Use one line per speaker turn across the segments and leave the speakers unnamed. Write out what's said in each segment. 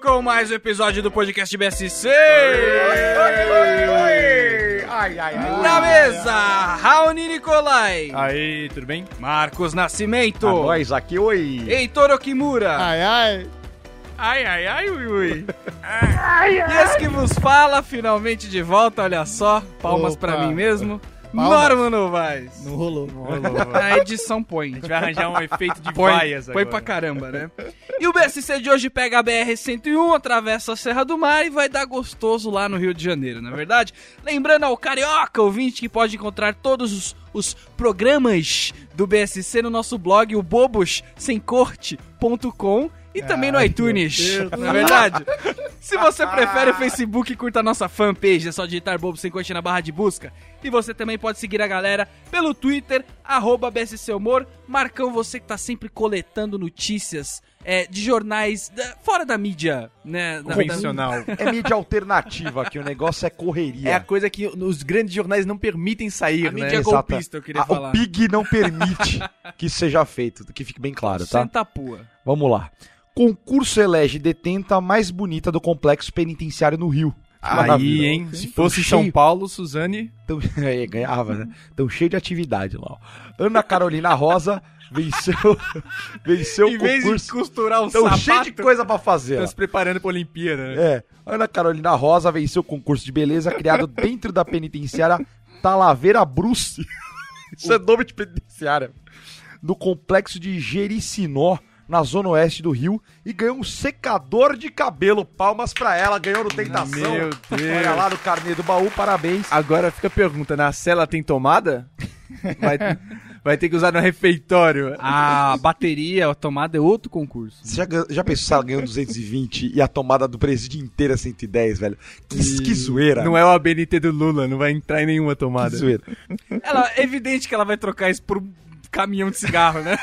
com mais um episódio do podcast BSC.
Ai, ai, ai.
Na mesa, Raoni Nicolai,
Aí, tudo bem?
Marcos Nascimento,
A nós aqui, oi.
Heitor Okimura
Ai, ai.
Ai, ai, ai, ui, ui. E esse que vos fala, finalmente de volta, olha só. Palmas
Opa.
pra mim mesmo.
Palmas.
Norma Novaes.
Não rolou.
A edição põe.
vai arranjar um efeito de
Põe,
vaias
põe pra caramba, né? E o BSC de hoje pega a BR-101, atravessa a Serra do Mar e vai dar gostoso lá no Rio de Janeiro, não é verdade? Lembrando ao Carioca, ouvinte, que pode encontrar todos os, os programas do BSC no nosso blog, o bobossemcorte.com e também no
Ai,
iTunes,
meu Deus.
não é verdade? Se você prefere o Facebook, curta a nossa fanpage, é só digitar Bobo Sem Corte na barra de busca. E você também pode seguir a galera pelo Twitter, arroba BSC Humor. Marcão, você que tá sempre coletando notícias é, de jornais da- fora da mídia, né? Da, da,
Convencional.
É mídia alternativa aqui, o negócio é correria. é
É a coisa que os grandes jornais não permitem sair,
a
né?
mídia
Exata.
golpista, eu queria
Ah,
falar.
o PIG não permite que isso seja feito, que fique bem claro, tá?
Santa Pua.
Vamos lá. Concurso elege detenta mais bonita do complexo penitenciário no Rio.
Aí,
Maravilha.
hein? Se fosse São
Cheio.
Paulo, Suzane.
Tão, é, ganhava, né? Tão cheio de atividade lá. ó. Ana Carolina Rosa venceu, venceu
em
o
vez
concurso.
de costurar um
Tão cheio
sapato,
de coisa pra fazer.
Tá
ó.
se preparando pra Olimpíada, né?
É. Ana Carolina Rosa venceu o concurso de beleza criado dentro da penitenciária Talaveira Bruce. Isso é nome de penitenciária. No complexo de Jericinó, na zona oeste do Rio, e ganhou um secador de cabelo. Palmas pra ela, ganhou no Tentação.
Meu Deus.
Olha lá no carnê do baú, parabéns.
Agora fica a pergunta: na cela tem tomada? Vai, vai ter que usar no refeitório.
a bateria, a tomada é outro concurso.
Você já, gan- já pensou se ela ganhou 220 e a tomada do presídio inteira é 110, velho? Que, que zoeira. né?
Não é o ABNT do Lula, não vai entrar em nenhuma
que
tomada.
zoeira.
Ela, é evidente que ela vai trocar isso por um caminhão de cigarro, né?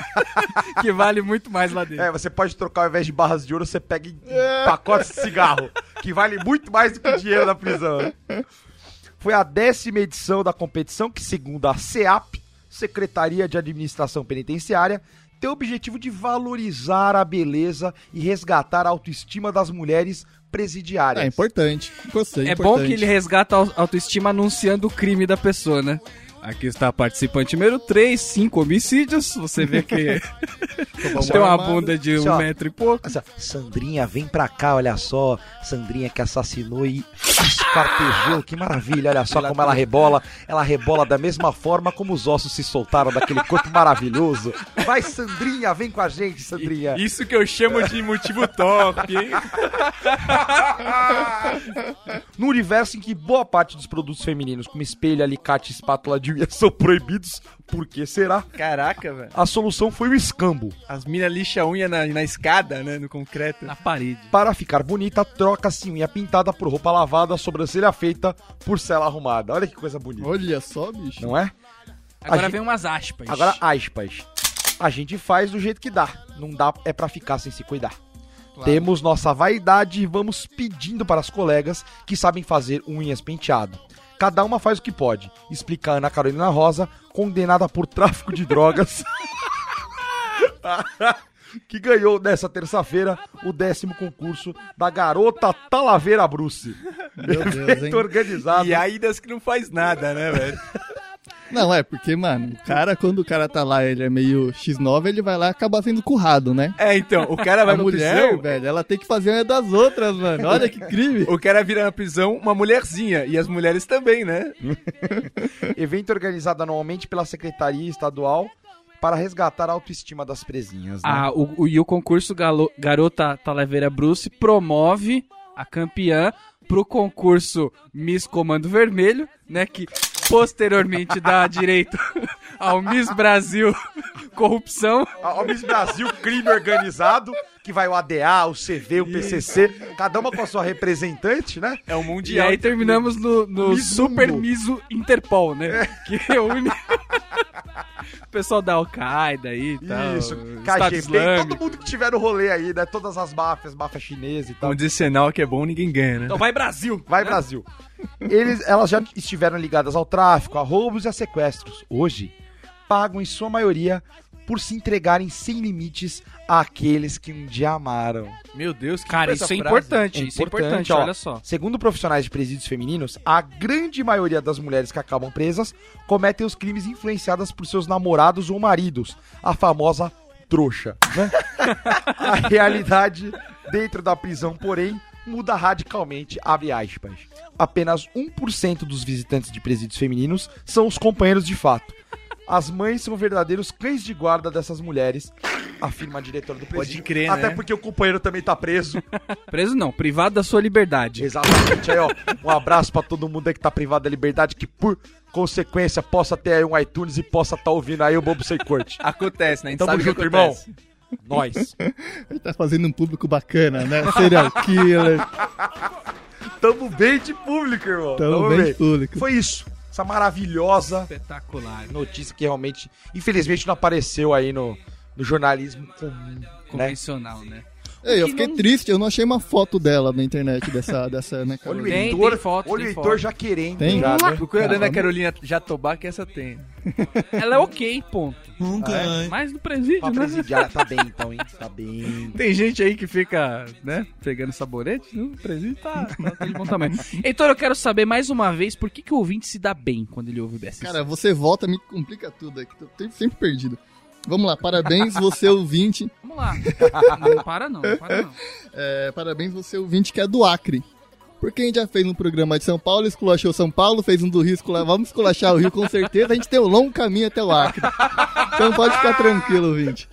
que vale muito mais lá dentro.
É, você pode trocar ao invés de barras de ouro, você pega em pacotes de cigarro, que vale muito mais do que o dinheiro da prisão. Foi a décima edição da competição que, segundo a SEAP, Secretaria de Administração Penitenciária, tem o objetivo de valorizar a beleza e resgatar a autoestima das mulheres presidiárias.
É importante. Gostei,
É bom que ele resgata a au- autoestima anunciando o crime da pessoa, né? Aqui está a participante número 3, 5 homicídios. Você vê que tem uma bunda de
Só.
um metro e pouco.
Essa- Sandrinha, vem pra cá, olha só. Sandrinha que assassinou e esquartejou. Que maravilha, olha só como ela rebola. Ela rebola da mesma forma como os ossos se soltaram daquele corpo maravilhoso. Vai, Sandrinha, vem com a gente, Sandrinha.
Isso que eu chamo de motivo top, hein?
No universo em que boa parte dos produtos femininos, como espelho, alicate e espátula de unha, são proibidos, por que será?
Caraca, velho.
A solução foi o escambo.
As minas lixa a unha na, na escada, né? No concreto.
Na parede.
Para ficar bonita, troca-se unha pintada por roupa lavada, sobrancelha feita, porcela arrumada. Olha que coisa bonita,
Olha só, bicho.
não é?
Agora
gente-
vem umas aspas.
Agora, aspas. A gente faz do jeito que dá. Não dá é pra ficar sem se cuidar.
Claro.
Temos nossa vaidade e vamos pedindo para as colegas que sabem fazer unhas penteado. Cada uma faz o que pode. Explica a Ana Carolina Rosa, condenada por tráfico de drogas. que ganhou nessa terça-feira o décimo concurso da garota Talaveira Bruce.
Meu Deus, hein?
Evento organizado.
E aí das que não faz nada, né, velho?
Não, é porque, mano, o cara, quando o cara tá lá, ele é meio X9, ele vai lá e acaba sendo currado, né?
É, então, o cara vai
a
pra
mulher,
prisão,
velho, ela tem que fazer uma das outras, mano. Olha que crime.
o cara vira na prisão uma mulherzinha. E as mulheres também, né?
Evento organizado anualmente pela Secretaria Estadual para resgatar a autoestima das presinhas. Né?
Ah, o, o- e o concurso galo- Garota Talaveira Bruce promove a campeã pro concurso Miss Comando Vermelho, né? Que posteriormente dá direito ao Miss Brasil Corrupção.
A- O Miss Brasil, crime organizado, que vai o ADA, o CV, o PCC, cada uma com a sua representante, né?
É o
E
mundial.
aí terminamos no, no
Mizuno.
Super Miso Interpol, né? Que reúne o pessoal da Al-Qaeda aí e tal.
Isso,
Então, Estado
KGB,
Islâmico.
todo mundo que tiver no rolê aí, né? Todas as máfias, máfia chinesa e tal.
Então dizer sinal que é bom, ninguém ganha, né?
Então vai Brasil!
Vai, Brasil. Eles, elas já estiveram ligadas ao tráfico, a roubos e a sequestros. Hoje, pagam em sua maioria por se entregarem sem limites àqueles que um dia amaram.
Meu Deus, que
Cara,
coisa
isso é
frase.
importante, isso é importante,
ó.
olha só.
Segundo profissionais de presídios femininos, a grande maioria das mulheres que acabam presas cometem os crimes influenciadas por seus namorados ou maridos, a famosa trouxa. né? a realidade dentro da prisão, porém, muda radicalmente, abre aspas. Apenas 1% dos visitantes de presídios femininos são os companheiros de fato. As mães são verdadeiros cães de guarda dessas mulheres, afirma a diretora do presídio.
crer,
Até
né?
porque o companheiro também tá preso.
Preso não, privado da sua liberdade.
Exatamente. Aí, ó, um abraço pra todo mundo aí que tá privado da liberdade, que por consequência possa ter aí um iTunes e possa estar ouvindo aí o Bobo Sem Corte.
Acontece, né? A gente
Tamo
sabe
junto,
que acontece.
irmão. Nós.
Ele tá fazendo um público bacana, né? Serial killer,
Tamo bem de público, irmão.
tão bem público.
Foi isso. Essa maravilhosa
Espetacular.
notícia que realmente, infelizmente, não apareceu aí no, no jornalismo comum. Né?
Convencional, né?
Ei, eu
que
fiquei
não-
triste, eu não achei uma foto dela na internet dessa, dessa né,
Olha
Carol?
o
Tem-
Heitor,
tem foto,
olha o
tem
Heitor
foto.
já querendo.
Tem?
já, né?
Procura a Ana
Caramba.
Carolina Jatobá, que essa tem.
Ela é ok, ponto.
Ah,
Nunca.
é.
Mas no presídio,
Pra
né?
presidiária tá bem, então, hein? Tá bem.
Tem gente aí que fica, né, pegando saborete, né? o presídio tá, tá de bom tamanho. Então eu quero saber mais uma vez por que, que o ouvinte se dá bem quando ele ouve o BSC.
Cara, você volta, me complica tudo aqui, tô sempre- sempre perdido. Vamos lá, parabéns você ouvinte,
Vamos lá. Não para não, não para não.
é, parabéns você ouvinte que é do Acre. Porque a gente já fez um programa de São Paulo, esculachou São Paulo, fez um do Rio, escula... vamos esculachar o Rio com certeza, a gente tem um longo caminho até o Acre. Então pode ficar tranquilo, ouvinte.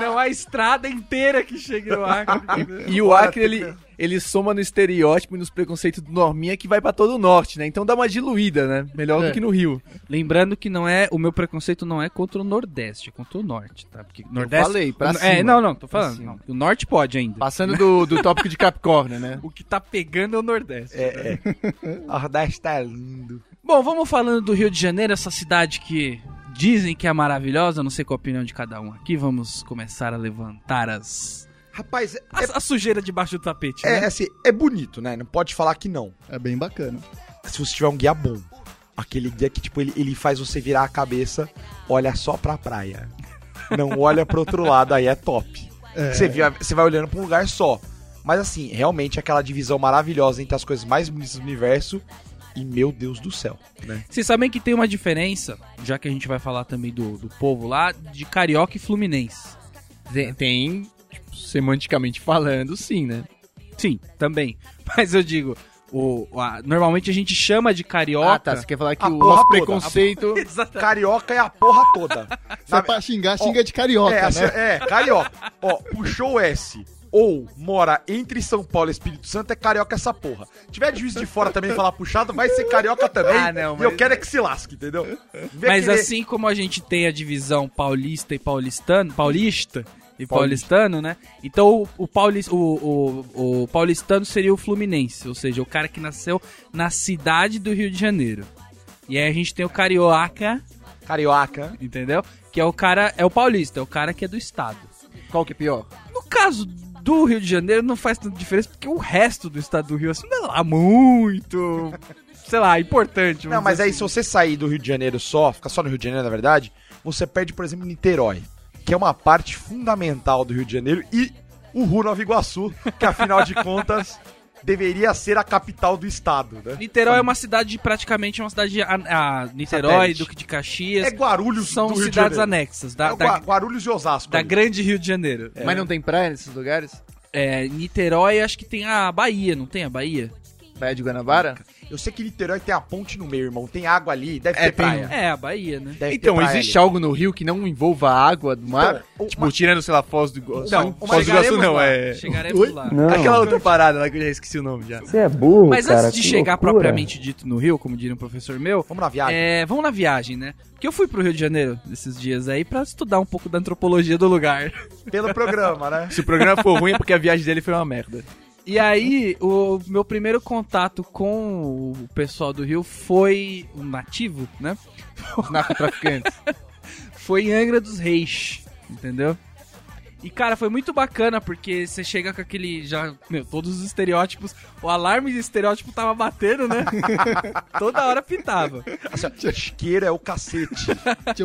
Não há estrada inteira que chegue no Acre.
E o Acre, ele, ele soma no estereótipo e nos preconceitos do Norminha que vai pra todo o norte, né? Então dá uma diluída, né? Melhor
É.
do que no Rio.
Lembrando que não é, o meu preconceito não é contra o Nordeste, é contra o Norte, tá? Porque Nordeste...
falei, pra
É,
cima.
não, não, tô
Pra
falando.
cima.
não. O Norte pode ainda.
Passando do, do tópico de Capricórnio, né?
O que tá pegando é o Nordeste.
É, é. Nordeste tá lindo.
Bom, vamos falando do Rio de Janeiro, essa cidade que dizem que é maravilhosa, não sei qual a opinião de cada um aqui. Vamos começar a levantar as.
Rapaz,
A, a sujeira debaixo do tapete,
É,
né?
assim, é bonito, né? Não pode falar que não.
É bem bacana.
Se você tiver um guia bom. Aquele guia que, tipo, ele, ele faz você virar a cabeça, olha só pra praia. Não olha pro outro lado, aí é top. Você, vira- você vai olhando pra um lugar só. Mas, assim, realmente é aquela divisão maravilhosa entre as coisas mais bonitas do universo e, meu Deus do céu. Né?
Vocês sabem que tem uma diferença, já que a gente vai falar também do, do povo lá, de carioca e fluminense.
Tem, tem, tipo, semanticamente falando, sim, né?
Sim, também. Mas eu digo, o, a- normalmente a gente chama de carioca.
Ah, tá. Você quer falar Ah, que
A
o
porra
nosso
toda.
preconceito...
Exatamente.
Carioca é a porra toda.
Se é pra xingar, xinga de carioca,
é,
né?
assim, é, carioca. Ó, puxou o S. Ou mora entre São Paulo e Espírito Santo, é carioca essa porra. Tiver juiz de fora também falar puxado, vai ser carioca também.
Ah,
E
não, mas-
eu quero é que se lasque, entendeu? Vê
Mas
que-
assim como a gente tem a divisão paulista e paulistano, paulista e paulistano, né? Então o, o, paulis- o- o- o paulistano seria o fluminense, ou seja, o cara que nasceu na cidade do Rio de Janeiro. E aí a gente tem o carioca,
Carioca.
entendeu? Que é o cara, é o paulista, é o cara que é do estado.
Qual que é pior?
No caso do Rio de Janeiro não faz tanta diferença porque o resto do estado do Rio assim não é lá muito, sei lá, importante.
Não,
vamos
mas é
dizer
aí
assim.
se você sair do Rio de Janeiro só, ficar só no Rio de Janeiro, na verdade, você perde, por exemplo, Niterói, que é uma parte fundamental do Rio de Janeiro, e o Ru Nova Iguaçu, que afinal de contas deveria ser a capital do estado, né?
Niterói é uma cidade, praticamente uma cidade. A, a Niterói,
Satélite.
Duque de
É
Caxias.
Guarulhos
são
do Rio de
cidades
Janeiro.
anexas da,
É o É.
da,
Gua- Guarulhos e Osasco.
da
ali.
grande Rio de Janeiro.
Mas não tem praia nesses lugares?
É, Niterói, acho que tem a Bahia, não tem a Bahia?
Praia de Guanabara?
Eu sei que Niterói tem a ponte no meio, irmão. Tem água ali, deve
É,
ter
tem.
praia.
É, a Bahia, né?
Deve ter
então,
praia
existe algo no Rio que não envolva a água do mar?
Então, o-
tipo, tirando, sei lá, Foz do Iguaçu.
Não,
Foz do Iguaçu
chegaremos
não,
lá.
é...
Chegaremos
Oi?
lá.
Não,
Aquela outra parada lá que eu já esqueci o nome já.
você é burro,
Mas
cara.
antes de
que
chegar
loucura.
propriamente dito no Rio, como diria um professor meu,
Vamos na viagem.
é, vamos na viagem, né? Porque eu fui pro Rio de Janeiro esses dias aí pra estudar um pouco da antropologia do lugar.
Pelo programa, né?
Se o programa for ruim é porque a viagem dele foi uma merda.
E aí, o meu primeiro contato com o pessoal do Rio foi um nativo, né?
Os narcotraficantes.
foi em Angra dos Reis, entendeu? E, cara, foi muito bacana, porque você chega com aquele. Já, meu, todos os estereótipos. O alarme de estereótipo tava batendo, né? Toda hora pitava.
Assim, ó, isqueiro é o cacete.
Tinha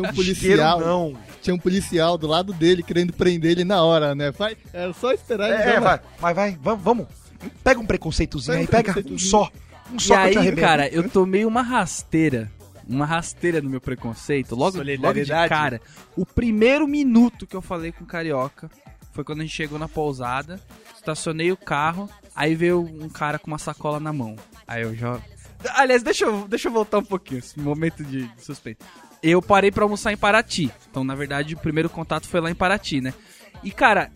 um
Isqueiro
policial.
não.
Tinha um policial do lado dele querendo prender ele na hora, né? Vai, era só esperar ele.
É,
já-
vai. Mas vai, vamos, vamos. Pega um preconceitozinho
Pega um
aí, pega um
preconceitozinho.
só. Um
E
só que eu te
aí,
arrebento.
cara, eu tomei uma rasteira. Uma rasteira no meu preconceito. Logo, logo de
Solidariedade.
cara. O primeiro minuto que eu falei com o Carioca foi quando a gente chegou na pousada. Estacionei o carro. Aí veio um cara com uma sacola na mão. Aí eu já. Aliás, deixa eu, deixa eu voltar um pouquinho. Esse momento de, de suspeito. Eu parei pra almoçar em Paraty. Então, na verdade, o primeiro contato foi lá em Paraty, né? E, cara.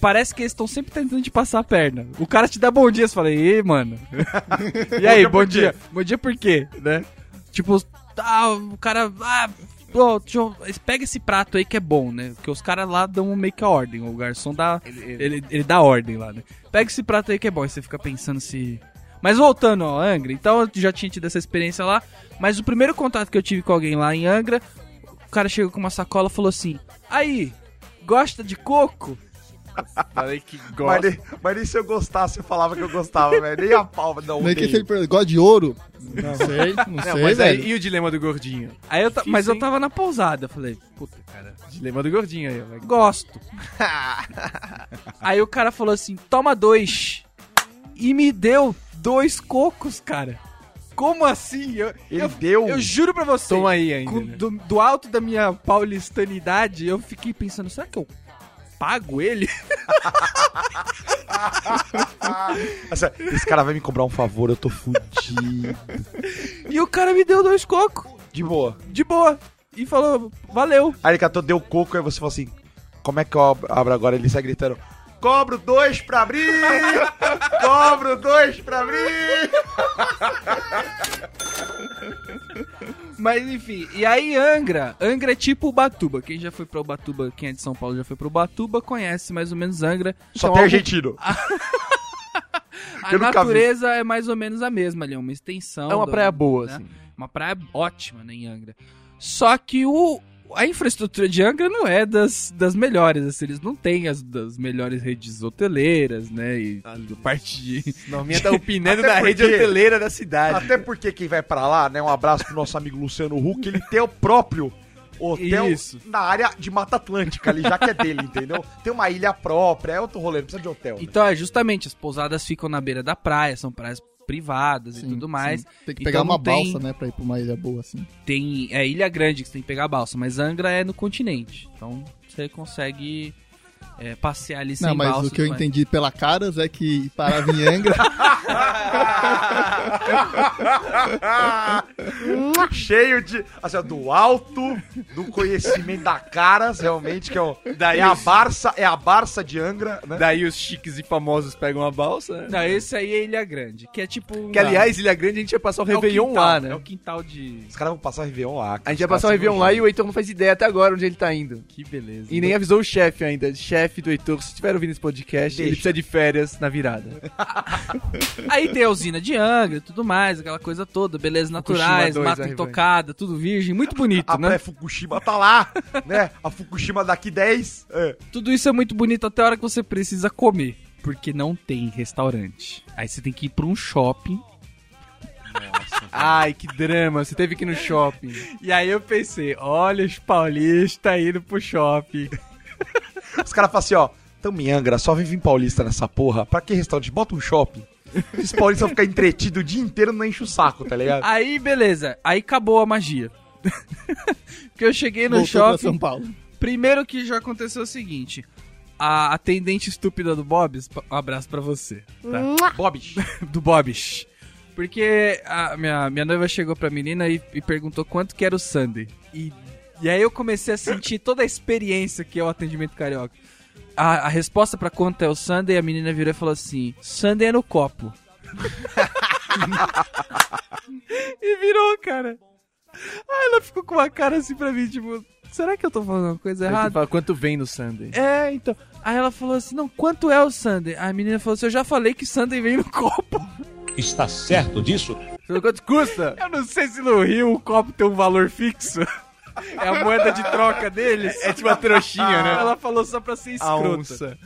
Parece que eles estão sempre tentando te passar a perna. O cara te dá bom dia, você fala, ei, mano, e aí, bom dia. Bom dia por quê, né? Tipo, ah, o cara. Ah, pô, deixa eu- pega esse prato aí que é bom, né? Porque os caras lá dão meio que a ordem. O garçom dá. Ele, ele dá ordem lá, né? Pega esse prato aí que é bom. Aí você fica pensando se. Mas voltando, ó, Angra. Então eu já tinha tido essa experiência lá. Mas o primeiro contato que eu tive com alguém lá em Angra, o cara chegou com uma sacola e falou assim: Aí, gosta de coco?
Falei que
Mas,
gosta.
nem, mas nem se eu gostasse, eu falava que eu gostava, velho. Nem a palma, não.
Mas é que
odeio.
se ele pergunta, gosta de ouro? Não sei, não,
Não,
sei,
é
mas
velho.
aí, e o dilema do gordinho?
Aí eu ta-
Difícil,
mas eu
hein?
tava na pousada. eu Falei, puta, cara.
Dilema do gordinho aí, ó. vai.
Gosto. Aí o cara falou assim: toma dois. E me deu dois cocos, cara. Como assim? Eu,
Ele
eu,
deu. um
eu juro pra você.
Toma aí ainda.
com-
né?
do, do alto da minha paulistanidade, eu fiquei pensando: será que eu pago ele?
Assim, Esse cara vai me cobrar um favor, eu tô fudido.
E o cara me deu dois cocos,
De boa.
de boa. E falou: valeu.
Aí ele catou, deu coco, aí você falou assim: Como é que eu ab- abro agora? Ele sai gritando: Cobro dois pra abrir! Cobro dois pra abrir!
Mas enfim, e aí Angra, Angra é tipo Ubatuba. Quem já foi pra Ubatuba, quem é de São Paulo já foi pra Ubatuba, conhece mais ou menos Angra.
Só
Então,
tem
algum-
argentino.
A
Eu nunca vi.
natureza é mais ou menos a mesma ali, é uma extensão.
É uma
do-
praia boa,
né?
assim.
Uma praia ótima, né, em Angra. Só que o, a infraestrutura de Angra não é das, das melhores, assim, eles não têm as das melhores redes hoteleiras, né, e tudo parte de...
Norminha tá opinando
Até
da rede
porque-
hoteleira da cidade.
Até porque quem vai pra lá, né? Um abraço pro nosso amigo Luciano Huck, ele tem o próprio hotel
Isso.
na área de Mata Atlântica ali, já que é dele, entendeu? Tem uma ilha própria, é outro rolê, não precisa de hotel. né?
Então, é justamente, as pousadas ficam na beira da praia, são praias privadas e tudo mais.
Tem que
Então
pegar uma
não tem-
balsa, né, pra ir pra uma ilha boa, assim.
Tem, é Ilha Grande que você tem que pegar a balsa, mas Angra é no continente, então você consegue... é, passear ali sem
não, mas
balsa e
o que eu
tudo mais.
entendi pela Caras é que parava em Angra.
Tá Cheio de. Assim, ó, do alto, do conhecimento da caras, realmente, que é, o,
Daí
é a
os-
Barça, é a Barça de Angra, né?
Daí os chiques e famosos pegam a balsa, né?
Não, esse aí é Ilha Grande, que é tipo.
Que, aliás, Ilha Grande a gente ia passar o
é o
Réveillon
quintal,
lá, né?
É o quintal de.
Os caras vão passar o Réveillon lá.
A gente ia passar o Réveillon lá e o Heitor não faz ideia até agora onde ele tá indo.
Que beleza.
E nem avisou o chefe ainda. Chefe do Heitor, se estiver ouvindo esse podcast, ele
Deixa.
precisa de férias na virada.
Aí tem a usina de Angra e tudo mais, aquela coisa toda, belezas naturais,
dois,
mata
aí vai.
intocada, tudo virgem, muito bonito,
A
né?
pré-Fukushima tá lá, né? A Fukushima daqui 10. É.
Tudo isso é muito bonito até a hora que você precisa comer. Porque não tem restaurante. Aí você tem que ir pra um shopping.
Ai, que drama. Você teve que ir no shopping.
E aí eu pensei, olha os paulistas indo pro shopping.
Os caras falam assim, ó. Tamo em Angra, só vive em Paulista nessa porra. Pra que restaurante? Bota um shopping. Esses paulistas vão ficar entretidos o dia inteiro não enche o saco, tá ligado?
Aí, beleza. Aí acabou a magia. Porque eu cheguei no
Voltou pra
shopping.
São Paulo.
Primeiro que já aconteceu é o seguinte. A atendente estúpida do Bob's, um abraço pra você, tá?
Bob.
do Bob's. Porque a minha, minha noiva chegou pra menina e, e perguntou quanto que era o Sunday. E, e aí eu comecei a sentir toda a experiência que é o atendimento carioca. A, a resposta pra quanto é o Sunday, a menina virou e falou assim: Sunday é no copo. e virou, cara. Aí ela ficou com uma cara assim pra mim, tipo, será que eu tô falando uma coisa
Aí você
errada?
fala, quanto vem no Sunday?
É, então. Aí ela falou assim: não, quanto é o Sunday? A menina falou assim: eu já falei que Sunday vem no copo.
Está certo disso?
Você falou, quanto custa?
Eu não sei se no Rio o copo tem um valor fixo. É a moeda de troca deles.
É tipo a trouxinha, né?
Ela falou só pra ser
A
escrota.
onça.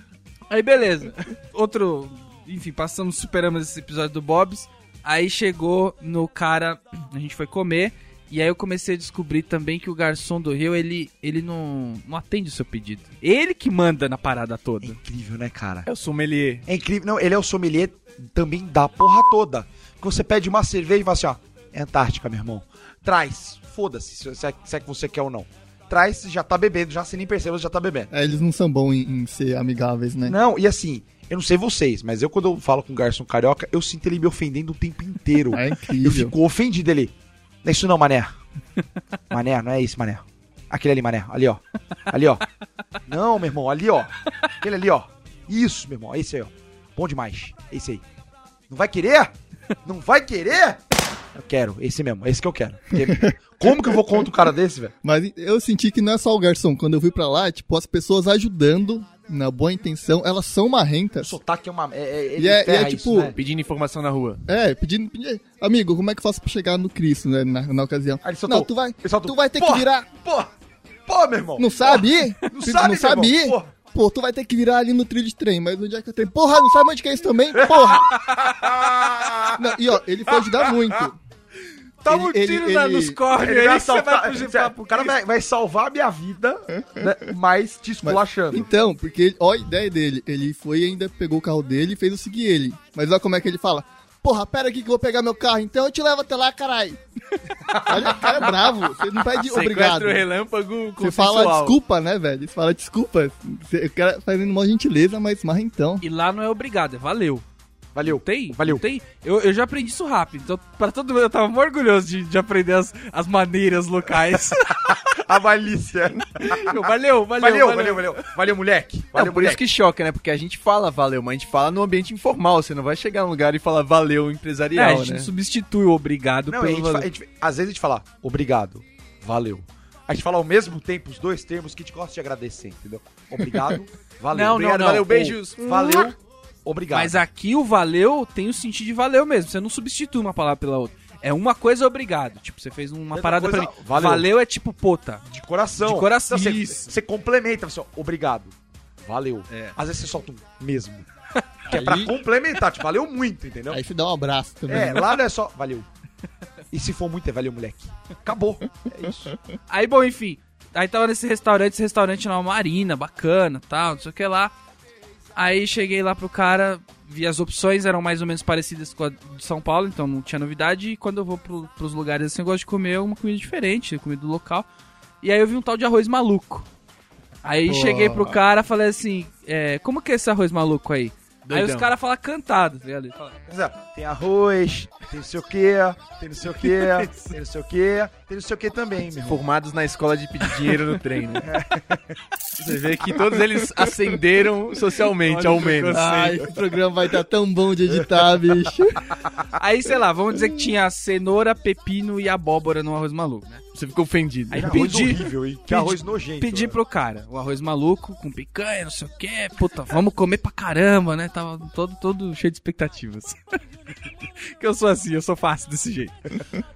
Aí beleza. Outro. Enfim, passamos, superamos esse episódio do Bob's. Aí chegou no cara. A gente foi comer. E aí eu comecei a descobrir também que o garçom do Rio, ele, ele não, não atende o seu pedido. Ele que manda na parada
É
toda.
incrível, né, cara?
É o sommelier.
É incrível. Não, ele é o sommelier também da porra toda. Porque você pede uma cerveja e fala assim, ó, é Antártica, meu irmão. Traz. Foda-se, se, se é- se é que você quer ou não. Traz, você já tá bebendo, já você nem percebeu, você já tá bebendo.
É, eles não são bons em, em ser amigáveis, né?
Não, e assim, eu não sei vocês, mas eu quando eu falo com um garçom carioca, eu sinto ele me ofendendo o tempo inteiro.
É
eu
incrível.
fico ofendido ele. Não é isso não, mané. Mané, não é isso, mané. Aquele ali, mané. Ali, ó. Ali, ó. Não, meu irmão, ali, ó. Aquele ali, ó. Isso, meu irmão. É esse aí, ó. Bom demais. É esse aí. Não vai querer? Não vai querer? Eu quero, esse mesmo, esse que eu quero. Porque como que eu vou contra um cara desse, velho?
Mas eu senti que não é só o garçom. Quando eu fui pra lá, tipo, as pessoas ajudando, na boa intenção, elas são
O
marrentas.
sotaque é uma. É, é, ele
E é- e é
ferra isso,
tipo-
né?
Pedindo informação na rua.
É, pedindo, pedindo. Amigo, como é que eu faço pra chegar no Cristo, né? Na, na ocasião.
Aí ele soltou,
Não, tu vai,
ele soltou,
tu vai ter
"Porra!"
que virar.
Pô! Pô, meu irmão!
Não sabe ir?
Não sabe,
Não
meu
sabe
irmão,
ir?
porra.
Pô, tu vai ter que virar ali no trilho de trem, mas onde é que eu trem? Porra, não sabe onde que é isso também? Porra! Não, e ó, ele foi ajudar muito.
Toma um
Ele-
tiro
ele-
na-
ele-
nos cornes
Ele
aí,
vai
você
assaltar-
vai fugir
Sério,
pra
o cara vai, vai salvar a minha vida, né, mas te esculachando.
Então, porque ele, ó a ideia dele. Ele foi e ainda pegou o carro dele e fez eu seguir ele. Mas olha como é que ele fala. Porra, pera aqui que eu vou pegar meu carro, então eu te levo até lá, caralho. Olha, o cara é bravo. Você não pede obrigado.
Sequestro relâmpago
Você fala
consensual.
desculpa, né, velho? Você fala desculpa. Você- O cara fazendo uma gentileza, mas então. marrentão.
E lá não é obrigado, é valeu.
Valeu.
Tem?
Valeu.
Tem? Eu, eu já aprendi isso rápido. Então, pra todo mundo, eu tava muito orgulhoso de, de aprender as, as maneiras locais.
A malícia.
Eu, valeu, valeu,
Valeu, valeu, valeu. Valeu, moleque.
Não,
Valeu,
por isso que choca, né? Porque a gente fala valeu, mas a gente fala no ambiente informal. Você não vai chegar num lugar e falar valeu
É, a
empresarial,
gente
né?
substitui o obrigado
Não, a
pelo
gente
valeu.
fa- a gente- às vezes a gente fala, obrigado, valeu. A gente fala ao mesmo tempo os dois termos que a gente gosta de agradecer, entendeu? Obrigado, valeu.
Não,
obrigado,
não, não.
valeu,
Ou,
beijos. Valeu, obrigado.
Mas aqui o valeu tem o sentido de valeu mesmo. Você não substitui uma palavra pela outra. É uma coisa obrigado. Tipo, você fez uma
Mesma
parada
coisa,
pra mim.
valeu.
Valeu. é tipo, puta.
De coração.
De coração,
Então, você,
isso. É.
você complementa, você, ó, obrigado, valeu. Às vezes você solta um mesmo. Que é pra
Aí-
complementar, te valeu muito,
É.
entendeu?
Aí você dá um abraço também.
Então- É, lá não é só. Valeu. E se for muito, é valeu, moleque. Acabou. É isso.
Aí, bom, enfim. Aí tava nesse restaurante, esse restaurante na Marina, bacana, tal, não sei o que lá. Aí cheguei lá pro cara, vi as opções, eram mais ou menos parecidas com a de São Paulo, então não tinha novidade. E quando eu vou pro, pros lugares assim, eu gosto de comer uma comida diferente, comida do local. E aí eu vi um tal de arroz maluco. Aí
Pô.
cheguei pro cara, falei assim, é, como que é esse arroz maluco aí? Aí
Doidão.
os caras falam cantado, tá ligado? Ele fala,
Mas, ó, é, Tem arroz, tem não sei o quê, tem não sei o quê, tem não sei o quê, tem não sei o quê também, meu irmão.
Formados na escola de pedir dinheiro no trem, né? Você vê que todos eles ascenderam socialmente, ao menos.
Ai, esse programa vai estar tão bom de editar, bicho.
Aí, sei lá, vamos dizer que tinha cenoura, pepino e abóbora no arroz maluco, né?
Você ficou ofendido.
Aí
Que arroz
pedi,
horrível, hein? Que arroz nojento. né?
pedi pro cara o arroz maluco com picanha, não sei o que, puta, vamos comer pra caramba, né? Tava todo, todo cheio de expectativas. que eu sou assim, eu sou fácil desse jeito.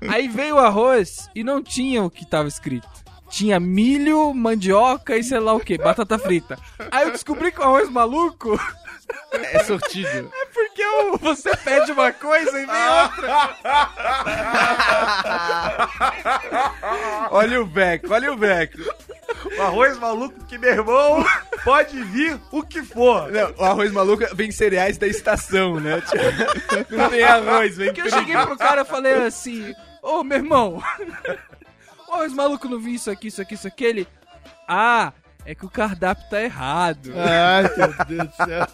Aí veio o arroz e não tinha o que tava escrito. Tinha milho, mandioca e sei lá o que, batata frita. Aí eu descobri que o arroz maluco
É sortido.
é porque o- você pede uma coisa e vem outra.
Olha o Beco, olha o Beco.
O arroz maluco, que meu irmão pode vir o que for.
Não, o arroz maluco vem cereais da estação, né? Tipo, Não tem arroz, vem
Porque eu cheguei pro cara e falei assim: Ô meu irmão, ô os malucos não vi isso aqui, isso aqui, isso aqui. Ele, ah, é que o cardápio tá errado.
Ai, meu Deus do céu.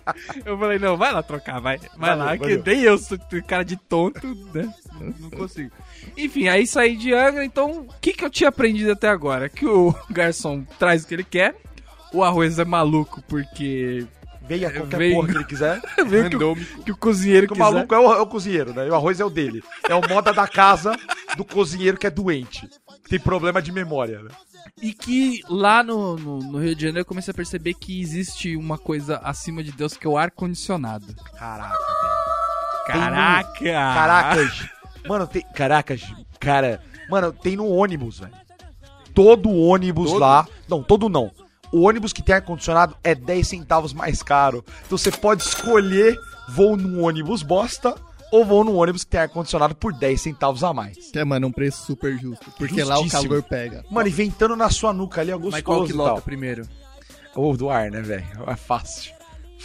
Eu falei: não, vai lá trocar, vai, vai
Valeu,
lá, que
valeu.
nem eu sou cara de tonto, né? Não- Não consigo. Enfim, aí saí de Angra. Então, o que, que eu tinha aprendido até agora? Que o garçom traz o que ele quer. O arroz é maluco porque
Venha qualquer
É, Vem.
porra que ele quiser.
veio que, o- que o cozinheiro
Porque o
quiser.
maluco é o, é o cozinheiro, né? E o arroz é o dele. É o moda da casa do cozinheiro que é doente. que Tem problema de memória, né?
E que lá no, no, no Rio de Janeiro eu comecei a perceber que existe uma coisa acima de Deus que é o ar-condicionado.
Caraca, velho.
Caraca!
Ah.
Caracas. Mano, tem. Caracas, cara. Mano, tem no ônibus, velho. Todo ônibus lá. Não, todo não. O ônibus que tem ar-condicionado é 10 centavos mais caro. Então você pode escolher voo num ônibus bosta ou voo num ônibus que tem ar-condicionado por 10 centavos a mais.
Que é, mano, um preço super justo. Porque lá o
Justíssimo.
calor pega.
Mano, inventando na sua nuca ali é gostoso
Mas qual que
e tal.
lota primeiro?
Ou do ar, né, velho? É fácil.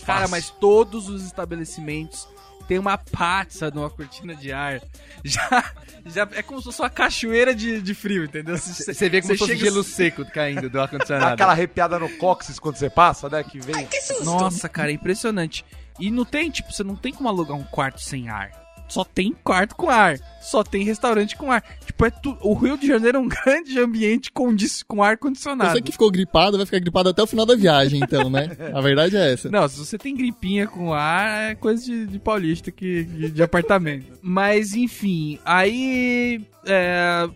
Cara,
Fácil.
mas todos os estabelecimentos têm uma pátria numa cortina de ar. Já, já é como se fosse uma cachoeira de, de frio, entendeu? Você
Você vê como se fosse
chega- assim.
gelo seco caindo do
Dá
ar-condicionado.
aquela arrepiada no cóccix quando você passa, né? Que vem.
Nossa, cara, é impressionante. E não tem, tipo, você não tem como alugar um quarto sem ar. Só tem quarto com ar. Só tem restaurante com ar. Tipo, é tu... o Rio de Janeiro é um grande ambiente com, dis- com ar condicionado.
Você que ficou gripado vai ficar gripado até o final da viagem, então, né? A verdade é essa.
Não, se você tem gripinha com ar, é coisa de, de paulista que, de, de apartamento. Mas, enfim, aí. é,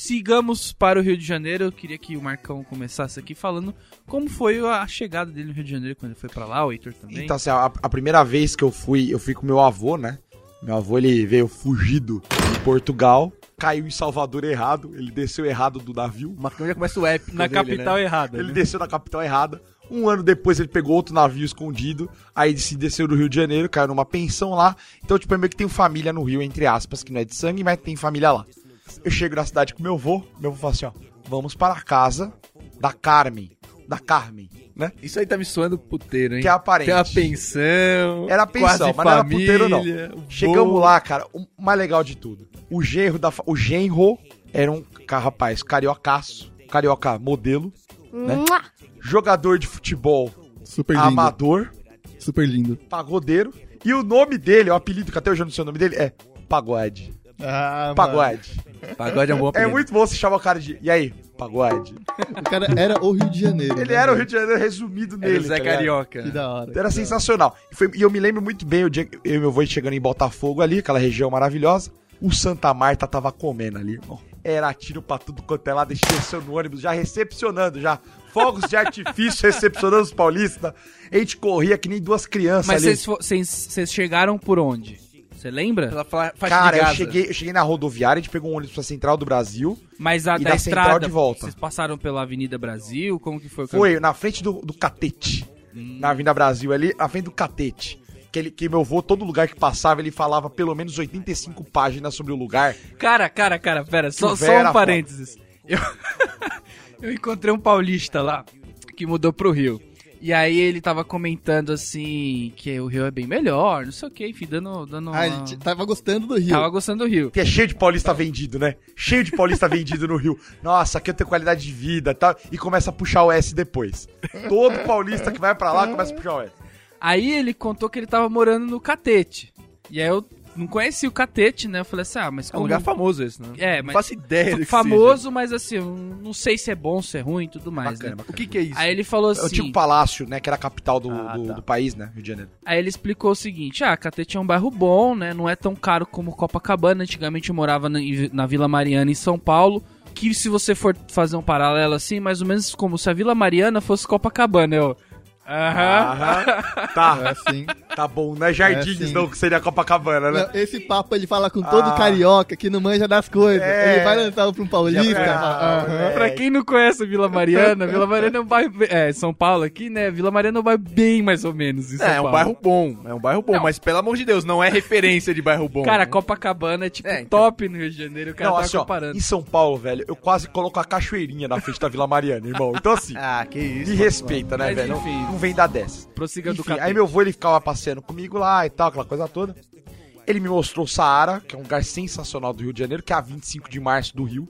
sigamos para o Rio de Janeiro. Eu queria que o Marcão começasse aqui falando como foi a chegada dele no Rio de Janeiro quando ele foi pra lá, o Heitor também.
Então, assim, a, a primeira vez que eu fui, eu fui com meu avô, né? Meu avô, ele veio fugido de Portugal, caiu em Salvador errado, ele desceu errado do navio,
O Marcão já é começa o épico
Na
dele,
capital
né?
errada.
ele
né?
desceu na capital errada. Um ano depois ele pegou outro navio escondido, aí se desceu do Rio de Janeiro, caiu numa pensão lá. Então, tipo, é meio que tem família no Rio, entre aspas, que não é de sangue, mas tem família lá. Eu chego na cidade com meu avô, meu avô fala assim, ó, vamos para a casa da Carmen, da Carmen, né?
Isso aí tá me soando puteiro, hein?
Que é aparente.
Tem uma pensão.
Era pensão,
quase
mas não era
família, um
puteiro, não.
o
Chegamos
voo.
lá, cara, o mais legal de tudo. O genro da fa- o genro era um ca- rapaz cariocaço, carioca modelo, né? Jogador de futebol
Super
Ah,
lindo.
amador,
Super lindo.
pagodeiro. E o nome dele, o apelido que até hoje eu não sei o nome dele, é Pagode.
Ah,
Pagode.
Pagode é um bom
É
apelido.
muito bom você chamar o cara de. E aí? Pagode.
mano. O cara era o Rio de Janeiro.
Ele
né,
era o Rio
velho?
de Janeiro resumido
é Era
nele.
o é Zé
tá ligado?
Carioca.
Que da hora.
Era sensacional. E, foi- e eu me lembro muito bem o dia que eu e meu avô chegando em Botafogo ali, aquela região maravilhosa. O Santa Marta tava comendo ali, irmão. Era tiro pra tudo quanto é lado, extensão no ônibus, já recepcionando, já. Fogos de artifício recepcionando os paulistas. A gente corria que nem duas crianças
Mas
ali.
vocês fo- vocês vocês chegaram por onde? Você lembra?
Pela fa- faixa
Cara,
de
eu
Gaza.
cheguei, eu cheguei na rodoviária, a gente pegou um ônibus pra Central do Brasil.
Mas a
E
da,
da Central
estrada,
de volta.
vocês passaram pela Avenida Brasil, como que foi? Hum. o
Foi na frente do, do Catete. Na Avenida Brasil ali, na frente do Catete. Que, ele, que meu avô, todo lugar que passava, ele falava pelo menos 85 páginas sobre o lugar.
Cara, cara, cara, pera, só,
o
só
véio era
um parênteses. Eu... eu encontrei um paulista lá que mudou pro Rio. E aí ele tava comentando assim que o Rio é bem melhor, não sei o que, enfim, dando. dando
Ah,
uma-
ele t- tava gostando do Rio.
Tava gostando do Rio.
Que é cheio de paulista vendido, né? Cheio de paulista vendido no Rio. Nossa, aqui eu tenho qualidade de vida e tal. E começa a puxar o S depois. Todo paulista que vai pra lá começa a puxar o S.
Aí ele contou que ele tava morando no Catete. E aí eu não conheci o Catete, né? Eu falei assim, ah, mas
É um
como-
lugar famoso esse, né?
É,
Não
mas-
faço ideia do que
famoso, mas assim, eu não sei se é bom, se é ruim e tudo mais,
Bacana,
né?
seja. O que que é isso?
Aí ele falou assim.
Eu tinha um palácio, né? Que era a capital do,
Ah,
do,
tá.
do país, né? Rio de Janeiro.
Aí ele explicou o seguinte: ah, Catete é um bairro bom, né? Não é tão caro como Copacabana. Antigamente eu morava na, na Vila Mariana, em São Paulo. Que se você for fazer um paralelo assim, mais ou menos como se a Vila Mariana fosse Copacabana. Eu.
Ah,
Aham.
Aham.
É
Tá,
assim.
tá bom. Não é Jardins,
É, sim.
não, que seria Copacabana, né?
Não, esse papo ele fala com todo
Ah.
carioca que não manja das coisas.
É.
Ele vai lançar pra um paulista.
Já-
fala,
Ah,
"Aham."
é.
Pra quem não conhece a Vila Mariana, Vila Mariana é um bairro. É, São Paulo aqui, né? Vila Mariana é um bairro bem mais ou menos. Em São
É, é um
Paulo.
bairro bom, é um bairro bom,
Não.
mas pelo amor de Deus, não é referência de bairro bom.
Cara, Copacabana é tipo
É, então.
top no Rio de Janeiro. O cara
né? não,
tava
assim, ó,
tá comparando.
em São Paulo, velho, eu quase coloco a cachoeirinha na frente da Vila Mariana, irmão. Então, assim,
Ah, que isso.
me respeita, né,
Mas,
velho?
enfim.
Não, não vem dar dessas.
Prossiga do
Enfim,
Catete.
aí meu avô, ele ficava passeando comigo lá e tal, aquela coisa toda. Ele me mostrou o Saara, que é um lugar sensacional do Rio de Janeiro, que é a 25 de março do Rio.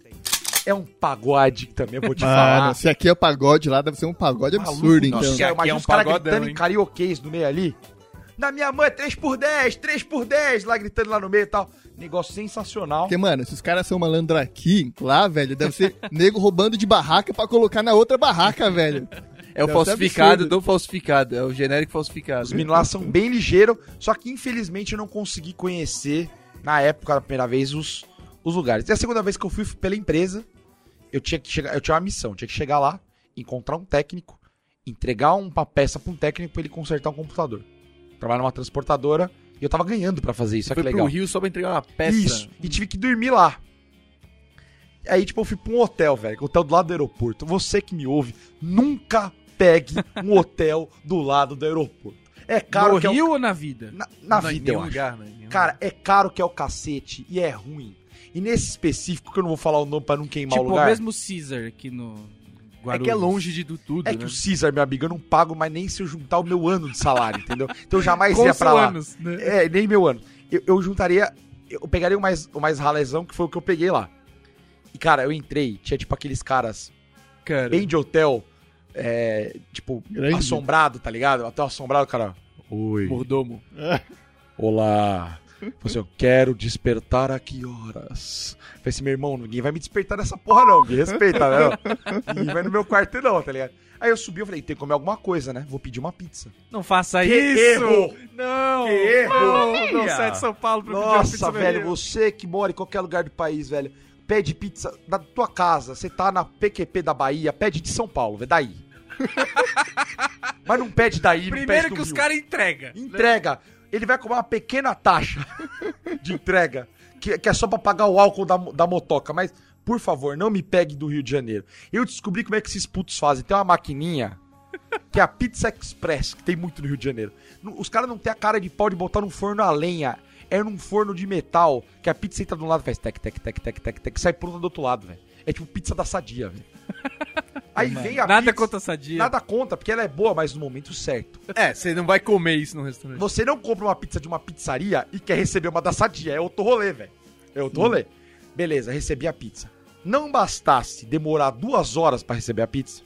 É um pagode que também eu vou te
Mano,
falar.
se aqui é pagode lá, deve ser um pagode absurdo, então.
Nossa, cara,
Aqui é
imagina
um
os caras
pagodão,
gritando em
hein?
carioquês no meio ali. Na minha mãe, 3 por 10, 3 por 10, lá gritando lá no meio e tal. Negócio sensacional.
Porque, mano, se os caras são malandro aqui, lá, velho, deve ser nego roubando de barraca pra colocar na outra barraca, velho.
É o
Deve ser
falsificado
absurdo.
do falsificado, é o genérico falsificado.
Os meninos lá são bem ligeiros, só que infelizmente eu não consegui conhecer, na época, da primeira vez, os, os lugares. E a segunda vez que eu fui fui pela empresa, eu tinha que chegar, eu tinha uma missão, tinha que chegar lá, encontrar um técnico, entregar uma peça pra um técnico pra ele consertar um computador. Trabalhar numa transportadora, e eu tava ganhando pra fazer isso, olha
Foi
que legal.
pro Rio só pra entregar uma peça.
Isso, e tive que dormir lá. Aí, tipo, eu fui pra um hotel, velho. Hotel do lado do aeroporto. Você que me ouve, nunca pegue um hotel do lado do aeroporto. É caro
no
que é o-
Rio ou na vida?
Na, na
Não, em
vida,
nenhum
eu acho.
lugar, né? Em nenhum
Cara, é caro que é o cacete e é ruim. E nesse específico, que eu não vou falar o nome pra não queimar
tipo,
o lugar.
mesmo Caesar aqui no
lugar. é
Guarulhos.
que é longe de do tudo,
É
né?
que o Caesar, meu amigo, eu não pago mais nem se eu juntar o meu ano de salário, entendeu? Então eu jamais
Com
ia pra lá.
anos, né?
É, nem meu ano. Eu, eu juntaria. Eu pegaria o mais, o mais ralezão, que foi o que eu peguei lá. E, cara, eu entrei, tinha tipo aqueles caras
Cara,
bem de hotel, é, tipo,
Grande.
assombrado, tá ligado? Até assombrado, cara. Oi.
Mordomo.
Olá. Falei assim, eu quero despertar a que horas? Falei assim, meu irmão, ninguém vai me despertar nessa porra não, me respeita, né? Ninguém vai no meu quarto não, tá ligado? Aí eu subi, eu falei, tem que comer alguma coisa, né? Vou pedir uma pizza.
não faça
Que
isso!
erro!
Não!
Que erro!
Não, não
Olha!
sai de São Paulo pra pedir uma
Nossa,
pizza
velho,
vermelha.
você que mora em qualquer lugar do país, velho, pede pizza da tua casa, você tá na PQP da Bahia, pede de São Paulo, velho, daí. Mas não pede daí, não pede
Primeiro
do
que os
Rio.
caras entregam.
Entrega. Ele vai cobrar uma pequena taxa de entrega, que, que é só pra pagar o álcool da, mo- da motoca. Mas, por favor, não me pegue do Rio de Janeiro. Eu descobri como é que esses putos fazem. Tem uma maquininha, que é a Pizza Express, que tem muito no Rio de Janeiro. Não- Os caras não têm a cara de pau de botar num forno a lenha. É num forno de metal, que a pizza entra de um lado e faz tec, tec, tec, tec, tec, tec, sai pronta do outro lado, velho. É tipo pizza da sadia, velho. Aí vem a
Nada
pizza-
contra a sadia.
Nada conta, porque ela é boa, mas no momento certo.
É, você não vai comer isso no restaurante.
Você não compra uma pizza de uma pizzaria e quer receber uma da Sadia. É outro rolê, velho. É outro rolê. Beleza, recebi a pizza. Não bastasse demorar duas horas pra receber a pizza,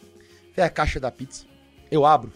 é a caixa da pizza. Eu abro.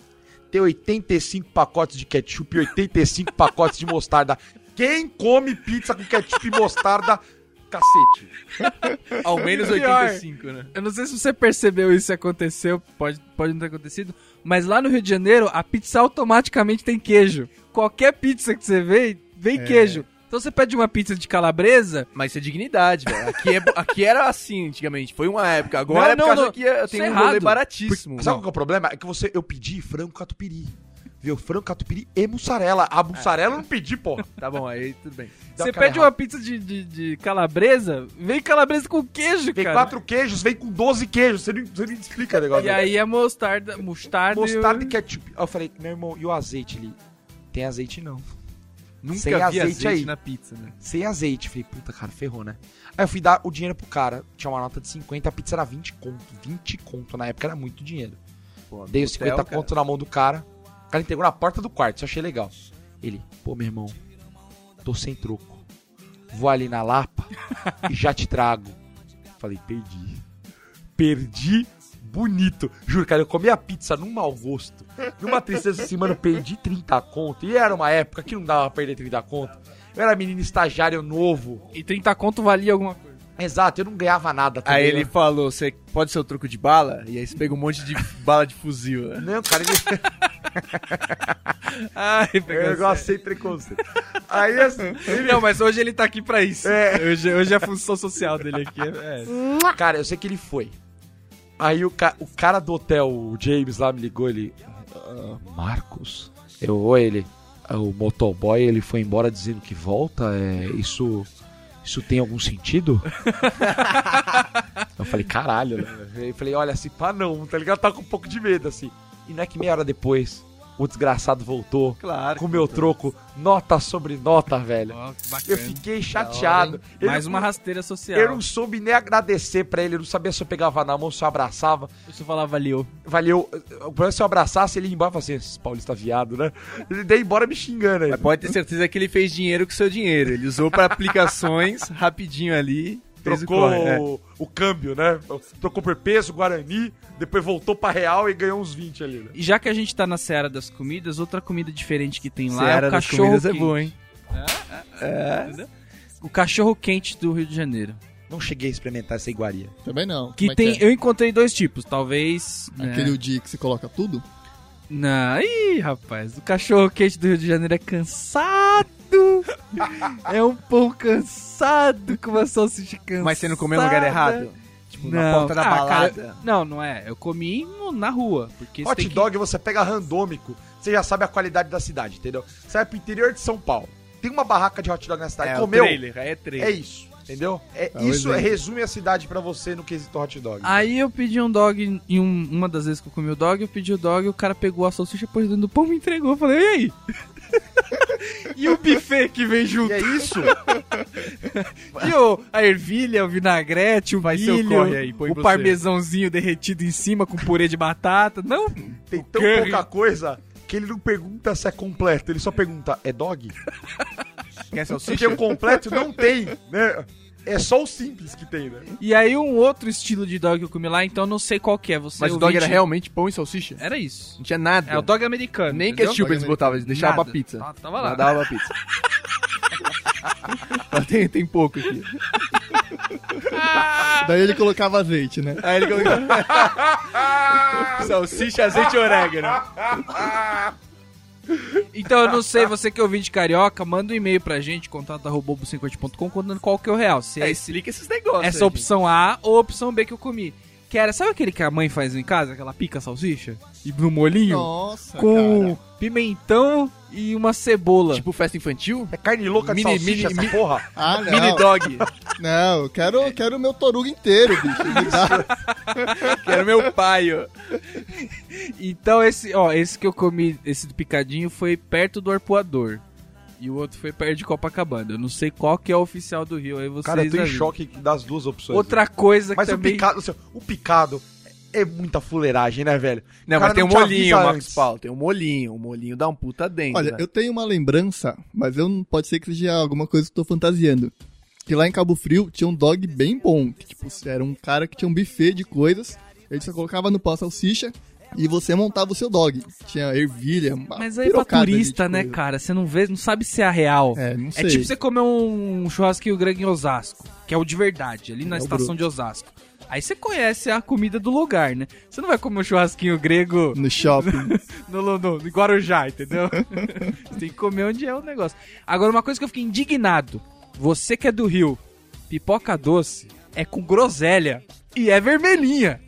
Tem 85 pacotes de ketchup e 85 pacotes de mostarda. Quem come pizza com ketchup e mostarda? Cacete.
Ao menos
Pior.
85, né?
Eu não sei se você percebeu isso e aconteceu, pode, pode não ter acontecido, mas lá no Rio de Janeiro a pizza automaticamente tem queijo. Qualquer pizza que você vê,
É.
vem queijo. Então você pede uma pizza de calabresa,
Mas isso é dignidade, velho. Aqui, é, aqui era assim antigamente. Foi uma época.
Não,
Agora é por
não,
causa
não.
que é-
Isso
tem
é
um rolê
errado.
baratíssimo.
Sabe qual que é o problema? É que você, eu pedi frango catupiry. Viu? Frango catupiry e mussarela. A mussarela eu não pedi, porra.
Tá bom, aí tudo bem.
Deu
você
aquela
pede uma pizza de, de, de calabresa, vem calabresa com queijo,
Vem
cara.
quatro queijos, vem com 12 queijos. Você não, você não explica o negócio.
E aí é mostarda, mostarda,
Mostarda e
e...
ketchup. Aí eu falei, meu irmão, e o azeite? Ele, tem azeite não.
Nunca
Sem
vi
azeite
azeite,
aí.
na pizza, né?
Sem azeite. Falei, puta, cara, ferrou, né? Aí eu fui dar o dinheiro pro cara. Tinha uma nota de 50, a pizza era 20 conto. 20 conto na época era muito dinheiro.
Pô,
Dei
no
os 50
hotel, cara.
conto na mão do cara. O cara entregou na porta do quarto, isso eu achei legal. Ele, pô, meu irmão, tô sem troco. Vou ali na Lapa e já te trago. Falei, perdi. Perdi bonito. Juro, cara, eu comi a pizza num mau gosto. Numa tristeza assim, mano, eu perdi 30 conto. E era uma época que não dava pra perder 30 conto. Eu era menino estagiário novo.
e 30 conto valia alguma coisa.
Exato, eu não ganhava nada. tá
Aí ele
ligado?
falou, você pode ser o troco de bala? E aí você pega um monte de bala de fuzil, né?
Não, cara, ele...
Ai,
eu
pegou
negócio sem preconceito. Aí assim,
sério. Não, mas hoje ele tá aqui pra isso.
É.
Hoje, hoje a função social dele aqui é... é.
Cara, eu sei que ele foi. Aí o, ca- o cara do hotel, o James lá, me ligou, ele... "Ah, Marcos? Eu, oi, ele... "Ah, O motoboy, ele foi embora dizendo que volta, é... Isso... Isso tem algum sentido? eu falei, caralho, né? Eu falei, olha, assim, pá não, tá ligado? Tá com um pouco de medo, assim. E não é que meia hora depois, o desgraçado voltou,
Claro.
com o meu troco, nota sobre nota, velho.
Ó, que
Eu
bacana.
fiquei chateado. Ele
é
Mais
não
um-
uma rasteira social.
eu não soube nem agradecer pra ele, eu não sabia se eu pegava na mão, se eu abraçava.
Eu só falava valeu.
Valeu. O problema é se eu abraçasse ele ia embora e falasse, esse paulista viado, né? Ele daí embora me xingando aí.
Mas pode ter certeza que ele fez dinheiro com seu dinheiro. Ele usou pra aplicações rapidinho ali. fez o
Trocou o,
corre, é.
o câmbio, né? Trocou por peso, Guarani, depois voltou pra real e ganhou uns 20 ali, né?
E já que a gente tá na seara das comidas, outra comida diferente que tem lá é
Seara
o
das
cachorro
comidas
quente.
é boa, hein?
O cachorro quente do Rio de Janeiro.
Não cheguei a experimentar essa iguaria.
Também não.
Que
Como é
tem,
que é?
eu encontrei dois tipos, talvez. né?
Aquele dia que se coloca tudo?
Não, ih, rapaz, o cachorro quente do Rio de Janeiro é cansado. é um pão cansado com uma salsicha cansada.
Mas você não comeu no lugar errado? Tipo, na
Não.
porta da
Ah,
balada.
cara, não, não é. Eu comi no- na rua, porque você
Hot
tem que-
dog você pega randômico, você já sabe a qualidade da cidade, entendeu? Você vai pro interior tá de São Paulo, tem uma barraca de hot dog na cidade,
É, o
comeu,
trailer, aí é trailer.
é isso. Entendeu? É,
É um
isso
exemplo.
resume a cidade pra você no quesito hot dog.
Aí eu pedi um dog, e um- uma das vezes que eu comi o dog, eu pedi o dog, o cara pegou a salsicha, pôs dentro do pão e me entregou. Eu falei, e aí? e o buffet que vem
E
junto?
é isso?
E o, a ervilha, o vinagrete, o
Vai ser o
milho,
corre aí, põe
o
você.
parmesãozinho derretido em cima com purê de batata. Não,
Tem tão
curry.
pouca coisa que ele não pergunta se é completo, ele só pergunta, é dog?
Quer
Porque
salsicha?
o completo não tem, né? É só o simples que tem, né?
E aí um outro estilo de dog que eu comi lá, então eu não sei qual que é. Você
Mas o dog
ouvinte-
era realmente pão e salsicha?
Era isso.
um É. Não tinha nada.
É o dog americano.
Nem
entendeu?
ketchup eles
Dog
botavam, eles deixavam
Nada.
a pizza.
Tá- tava lá.
Dava a pizza. Mas tem, tem pouco aqui.
Daí ele colocava azeite, né?
Aí ele colocou... Salsicha, azeite e orégano.
Então eu não sei, você que é ouvinte carioca, manda um e-mail pra gente, contato.bobo50.com, contando qual que é o real. Se é
É,
esse-
explica esses negócios.
essa opção A ou opção B que eu comi. Que era, sabe aquele que a mãe faz em casa, aquela pica a salsicha? E no molinho?
Nossa,
Ah,
com pimentão e uma cebola.
Tipo festa infantil?
É carne louca de
Mini-
salsicha
mini-
essa
mi-
porra.
Ah, não.
Mini dog.
Não, eu quero eu quero o meu torugo inteiro, bicho. Me dá.
Que era meu pai, ó.
Então esse, ó, esse que eu comi, esse do picadinho foi perto do arpoador. E o outro foi perto de Copacabana. Eu não sei qual que é o oficial do Rio, aí vocês
Cara, eu tô em
avisam.
choque das duas opções.
Outra coisa que
Mas
também
o picado, assim, o picado é muita fuleiragem, né, velho?
Não,
Cara,
mas tem um
não te
molinho,
avisa
Marcos
antes.
Paulo. Tem um molinho. O molinho dá um puta dente.
Olha, eu tenho uma lembrança, mas eu não- pode ser que seja alguma coisa que eu tô fantasiando. Que lá em Cabo Frio tinha um dog bem bom, que tipo, era um cara que tinha um buffet de coisas, ele só colocava no pau salsicha e você montava o seu dog. Tinha ervilha, uma
Mas aí é pra
pirocada de
turista, né,
coisa.
cara? Você não vê, não sabe se é a real.
É, não sei.
tipo você comer um churrasquinho grande em Osasco, que é o de verdade, ali na
É o
estação
bruto.
de Osasco. Aí você conhece a comida do lugar, né? Você não vai comer um churrasquinho grego
No shopping.
no, no, no, no Guarujá, entendeu? Você tem que comer onde é o negócio. Agora, uma coisa que eu fiquei indignado. Você que é do Rio, pipoca doce é com groselha e é vermelhinha.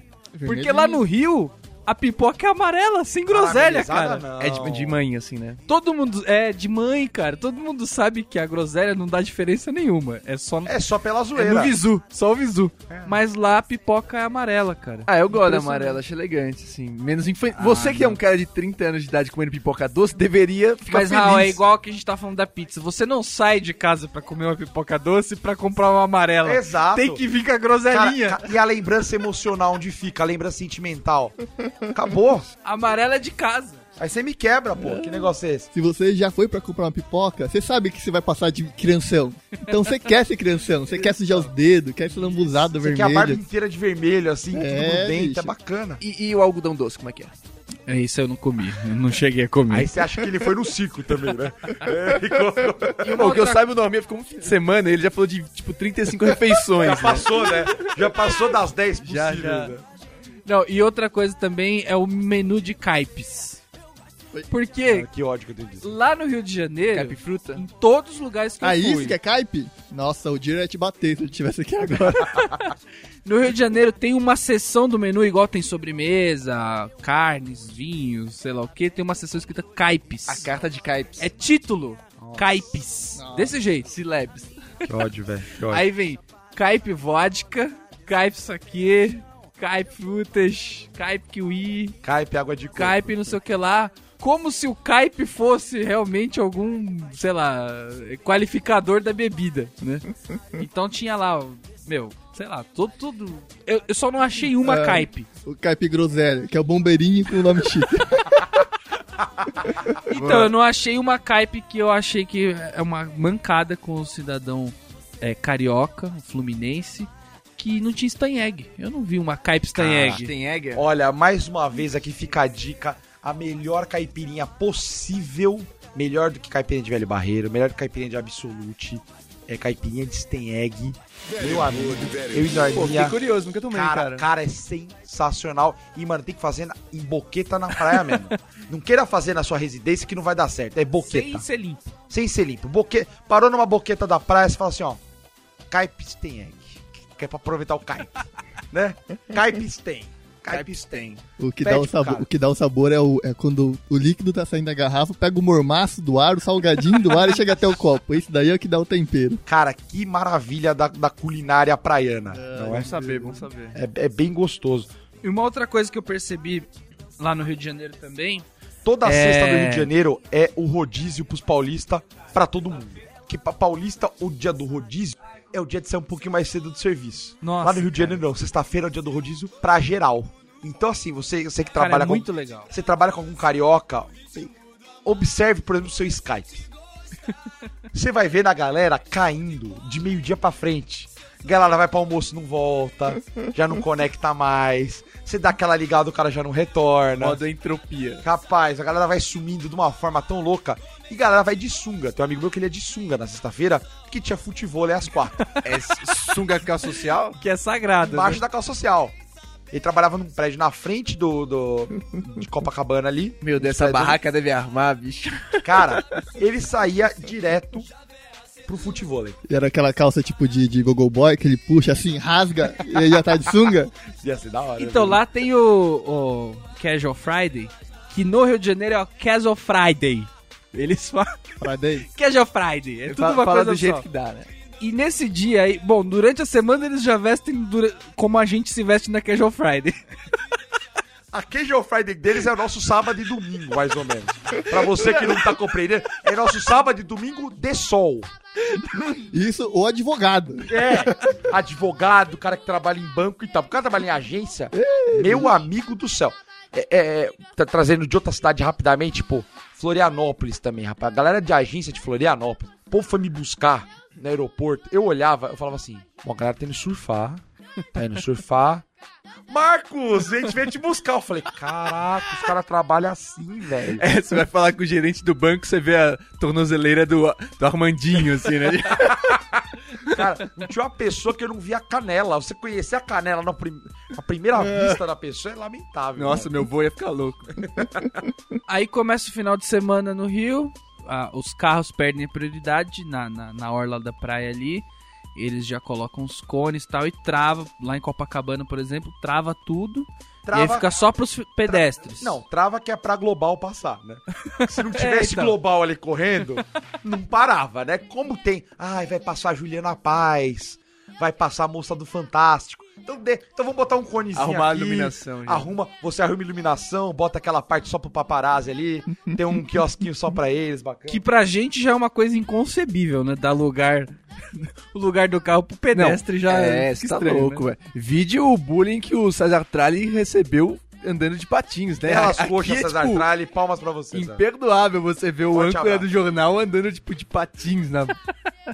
Porque lá no Rio, a pipoca é amarela, sem groselha, cara.
Caramelizada, né? não.
É de, de manhã, assim, né?
Todo mundo. É, de mãe, cara. Todo mundo sabe que a groselha não dá diferença nenhuma. É só.
É só pela
É no
zoeira. É.
visu, só o visu. Mas lá a pipoca é amarela, cara.
Ah, eu gosto da
Impressionante.
amarela, acho elegante, assim. Menos infantil. Você que é um cara de 30 anos de idade comendo pipoca doce, deveria ficar
Mas,
feliz.
Raul, é igual que a gente tá falando da pizza. Você não sai de casa pra comer uma pipoca doce pra comprar uma amarela.
Exato.
Tem que vir com a
Cara,
groselinha.
ca- e a lembrança emocional, onde fica? A lembrança sentimental. Acabou.
Amarela é de casa.
Aí você me quebra, pô. Que negócio é esse?
Se você já foi pra comprar uma pipoca, você sabe que você vai passar de crianção. Então você quer ser crianção, você quer sujar os dedos, quer ser lambuzado
Você quer a barba
vermelho.
inteira de vermelho, assim,
É,
tudo no dente. É
bicho.
bacana.
E, e o algodão doce, como é que é?
É isso eu não comi. Eu não cheguei a comer.
Aí você acha que ele foi no circo também, né? É, ficou-
Bom, que eu saiba, o Norminha ficou um fim de semana ele já falou de, tipo, 35 refeições. né?
passou, né? Já passou das 10
Já,
possíveis.
já.
né?
Não, e outra coisa também é o menu de caipes. Porque
Cara, que ódio que eu tenho disso.
lá no Rio de Janeiro,
Capifruta?
em todos os lugares que
Ah,
eu
isso
fui,
que é caipe? Nossa, o dia ia te bater se eu estivesse aqui agora.
no Rio de Janeiro tem uma seção do menu igual tem sobremesa, carnes, vinhos, sei lá o que, tem uma seção escrita caipes.
Assim,
A carta de caipes.
É título, caipes.
Nossa.
Desse jeito.
Silebs.
Que ódio, velho. que ódio.
Aí vem caipe vodka, caipe saquê, caipe frutas, caipe kiwi,
Caipe, água de coco.
caipe não sei o que lá. Como se o caipe fosse realmente algum, sei lá, qualificador da bebida, né? Então tinha lá, meu, sei lá, todo, tudo. Eu, eu só não achei uma
É.
caipe.
O caipe groselha, que é o bombeirinho com o nome chique.
Então, eu não achei uma caipe que eu achei que é uma mancada com o cidadão é, carioca, fluminense, que não tinha Staneg. Eu não vi uma caipe Staneg.
Ah, Tem egg?
Olha, mais uma vez aqui fica a dica: a melhor caipirinha possível, melhor do que caipirinha de velho barreiro, melhor do que caipirinha de absolute, é caipirinha de Stenegg. Meu amigo, eu e
Pô, fiquei
Norminha.
curioso, nunca tomei, cara.
Cara, cara, é sensacional. E, mano, tem que fazer na- em boqueta na praia mesmo. não queira fazer na sua residência que não vai dar certo. É
Sem
boqueta. Sem,
ser limpo.
ser limpo. Boque... Parou numa boqueta da praia, você fala assim, ó. Caipe Stenegg. Que é pra aproveitar o caipe. né? Caipe Sten.
Caipisten.
O que,
Pede
dá o,
pro
sabor,
cara.
o que dá o sabor é, o- é quando o líquido tá saindo da garrafa, pega o mormaço do ar, o salgadinho do ar e chega até o copo. Isso daí é o que dá o tempero.
Cara, que maravilha da, da culinária praiana. não é?
Vamos saber, vamos saber.
É, é bem gostoso.
E uma outra coisa que eu percebi lá no Rio de Janeiro também,
Toda
É.
sexta do Rio de Janeiro é o rodízio pros paulistas pra todo mundo. Que pra paulista, o dia do rodízio é o dia de sair um pouquinho mais cedo do serviço.
Nossa,
Lá no Rio de Janeiro não, sexta-feira é o dia do rodízio pra geral. Então assim, você, você que
cara,
trabalha
é
com...
muito legal.
Você trabalha com algum carioca, você observe, por exemplo, o seu Skype. Você vai ver na galera caindo de meio-dia pra frente. Galera vai pra almoço, não volta, já não conecta mais. Você dá aquela ligada, o cara já não retorna.
Modo entropia.
Rapaz, a galera vai sumindo de uma forma tão louca. E galera vai de sunga. Tem um amigo meu que ele é de sunga na sexta-feira, porque tinha futebol às quatro.
É sunga calça social?
Que é sagrado.
Embaixo
Né?
da calça social. Ele trabalhava num prédio na frente do, do de Copacabana ali.
Meu Deus, essa barraca deve armar, bicho.
Cara, ele saía direto pro futebol.
E era aquela calça tipo de, de Gogol Boy que ele puxa assim, rasga e aí já tá de sunga.
Ia ser da hora.
Então
né?
lá tem o, o Casual Friday, que no Rio de Janeiro é o Casual Friday. Eles falam
Friday.
Casual Friday. É tudo
Fala-
uma
fala
coisa
do jeito
só.
que dá, né?
E nesse dia aí, bom, durante a semana eles já vestem dura- como a gente se veste na Casual Friday.
A Casual Friday deles é o nosso sábado e domingo, mais ou menos. Pra você que não tá compreendendo, é nosso sábado e domingo de sol.
Isso, o advogado.
É, advogado, cara que trabalha em banco e tal. O cara trabalha em agência,
É.
meu amigo do céu. É, é, é, tá trazendo de outra cidade rapidamente, tipo, Florianópolis também, rapaz. A galera de agência de Florianópolis, o povo foi me buscar no aeroporto. Eu olhava, eu falava assim, bom, a galera tá indo surfar, tá indo surfar. Marcos, a gente veio te buscar. Eu falei, caraca, os caras trabalham assim, velho.
É, você vai falar com o gerente do banco, você vê a tornozeleira do, do Armandinho, assim, né?
Cara, não tinha uma pessoa que eu não via a canela. Você conhecer a canela na, prim... na primeira vista da pessoa é lamentável.
Nossa, meu vô ia ficar louco.
Aí começa o final de semana no Rio, ah, os carros perdem a prioridade na, na, na orla da praia ali. Eles já colocam os cones e tal e trava, lá em Copacabana, por exemplo, trava tudo. E aí fica só pros fi- pedestres.
Não, trava que é pra global passar, né? Se não
É,
tivesse
então.
global ali correndo, não parava, né? Como tem. Ai, vai passar a Juliana Paz, vai passar a moça do Fantástico. Então, dê- então vamos botar um conezinho
Arrumar a
aqui,
iluminação, gente.
Arruma, você arruma iluminação, bota aquela parte só pro paparazzi ali, tem um quiosquinho só pra eles, bacana.
Que pra gente já é uma coisa inconcebível, né? Dar lugar. o lugar do carro pro pedestre já
é,
fica
você tá
estranho, né?
louco, velho. Vide o bullying que o César Tralli recebeu andando de patins, né?
Terra as
Aqui
coxas,
é,
Cesar
tipo,
Tralli, palmas pra você. Cesar.
Imperdoável você ver o
Forte
âncora
abraço.
do jornal andando, tipo, de patins na...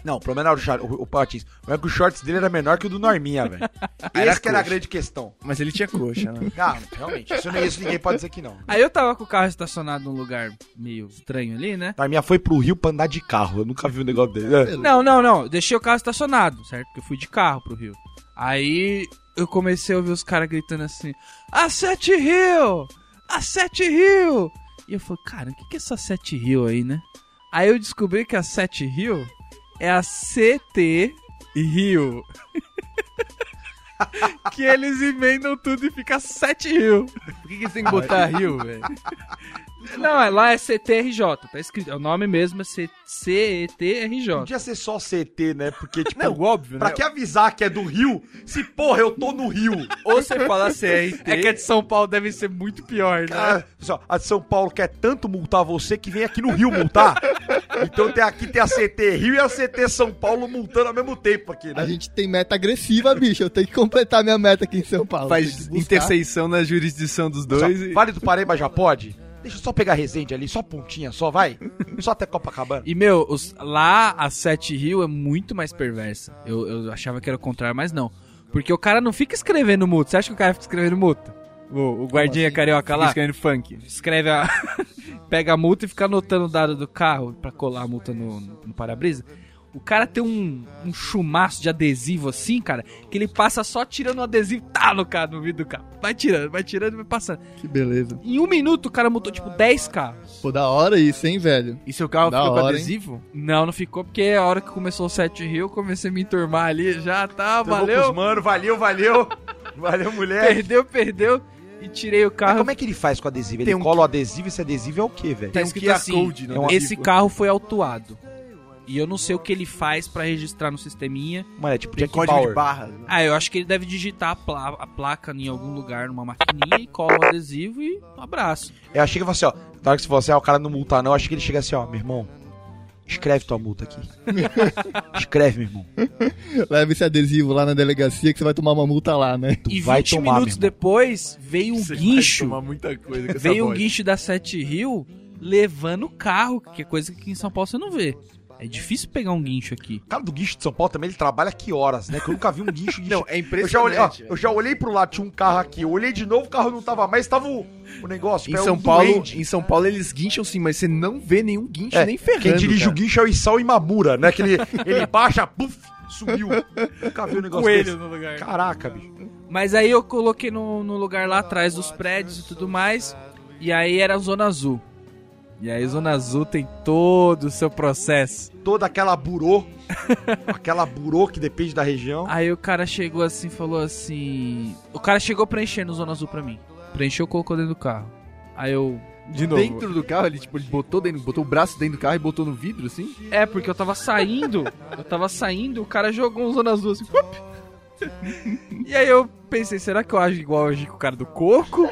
Não, o problema não era o, o, o Patins. Mas é que o shorts dele era menor que o do Norminha, velho.
Era
Essa que era a
coxa.
grande questão.
Mas ele tinha coxa, né?
Ah, realmente. Isso, não- isso ninguém pode dizer que não.
Aí eu tava com o carro estacionado num lugar meio estranho ali, né?
Norminha foi pro Rio pra andar de carro. Eu nunca vi um negócio dele. É.
Não, não, não. Eu Deixei o carro estacionado, certo? Porque eu fui de carro pro Rio. Aí eu comecei a ouvir os caras gritando assim: A Sete Rio! A Sete Rio! E eu falei: Cara, o que que é essa Sete Rio aí, né? Aí eu descobri que a Sete Rio é a CT Rio. que eles emendam tudo e fica Sete Rio.
Por que, que você tem que botar Rio, velho?
Não, é- lá é CTRJ, tá escrito. é O nome mesmo é C- CETRJ.
Podia ser só CT, né? Porque, tipo,
Não, óbvio,
pra
né?
que avisar que é do Rio se, porra, eu tô no Rio?
Ou você fala CRT...
É que a de São Paulo deve ser muito pior, né?
Cara, É, só, a de São Paulo quer tanto multar você que vem aqui no Rio multar. Então tem aqui tem a CT Rio e a CT São Paulo multando ao mesmo tempo aqui,
A
né?
gente tem meta agressiva, bicho. Eu tenho que completar minha meta aqui em São Paulo. Tem
Faz
que buscar.
interseção na jurisdição dos dois
Só,
e...
Vale do Paraíba já pode? Deixa eu só pegar Resende ali, só pontinha, só vai. Só até Copacabana.
E, meu, os- lá a Sete Rio é muito mais perversa. Eu, eu achava que era o contrário, mas não. Porque o cara não fica escrevendo multa. Você acha que o cara fica escrevendo multa? O, o guardinha
assim?
carioca lá
Escrevendo funk.
escreve a... pega a multa e fica anotando o dado do carro pra colar a multa no, no para-brisa. O cara tem um, um chumaço de adesivo assim, cara, que ele passa só tirando o adesivo, tá no carro, no vidro do carro. Vai tirando, vai tirando e vai passando.
Que beleza.
Em um minuto o cara multou tipo 10 carros.
Pô, da hora isso, hein, velho?
E seu carro
Da
ficou com
hora, hein?
adesivo?
Não, não ficou, porque a hora que começou o 7 Rio, eu comecei a me enturmar ali, já tá,
Tamo com os
valeu,
Mano, valeu, valeu. Valeu, mulher.
perdeu, perdeu. e tirei o
Mas
carro.
como é que ele faz com adesivo? Ele
Tem um
cola o adesivo, esse adesivo é o quê, velho?
Tá
Tem um
escrito
QR
assim,
Code, né?
é um
Esse
Amigo.
carro foi autuado. E eu não sei o que ele faz pra registrar no sisteminha.
Mano, é tipo
Tem
Jack
código de
Bauer.
barras. né?
Ah, eu acho que ele deve digitar a, pla- a placa em algum lugar, numa maquininha, e cola o adesivo e um abraço.
Eu achei que eu falei assim, ó. Na hora que você falou assim, ah, o cara não multar não, eu achei que ele chega assim, ó, meu irmão, escreve tua multa aqui. escreve, meu irmão.
Leva esse adesivo lá na delegacia que você vai tomar uma multa lá, né?
Tu
e
vai
20
tomar,
minutos
meu irmão.
depois veio um
Você vai
guincho.
tomar muita coisa com essa
Veio um
voz.
guincho da Sete Rio levando o carro, que é coisa que aqui em São Paulo você não vê. É difícil pegar um guincho aqui.
O cara do guincho de São Paulo também, ele trabalha que horas, né? Que eu nunca vi um guincho guincho.
Não, é
eu, já olhei, ó,
impressionante.
eu já olhei pro lado, tinha um carro aqui. Eu olhei de novo, o carro não tava mais, tava o, o negócio.
Em
é um
São, Paulo,
duende.
em São Paulo eles guincham sim, mas você não vê nenhum guincho
É,
nem ferrando.
Quem dirige
cara.
o guincho é o Isao Imamura, né? Que ele, ele baixa, puf, subiu. Nunca vi um negócio desse.
no lugar.
Caraca, bicho.
Mas aí eu coloquei no, no lugar lá atrás dos prédios e tudo mais. E aí era a Zona Azul. E aí Zona Azul tem todo o seu processo.
Toda aquela burô, aquela burô que depende da região.
Aí o cara chegou assim, falou assim... O cara chegou preenchendo Zona Azul pra mim. Preencheu, colocou dentro do carro. Aí eu... De
Dentro do carro, ele, tipo, ele botou, dentro, botou o braço dentro do carro e botou no vidro, assim?
É, porque eu tava saindo, eu tava saindo, o cara jogou um zona azul assim. pop. E aí eu pensei, será que eu ajo igual eu agi com o cara do coco?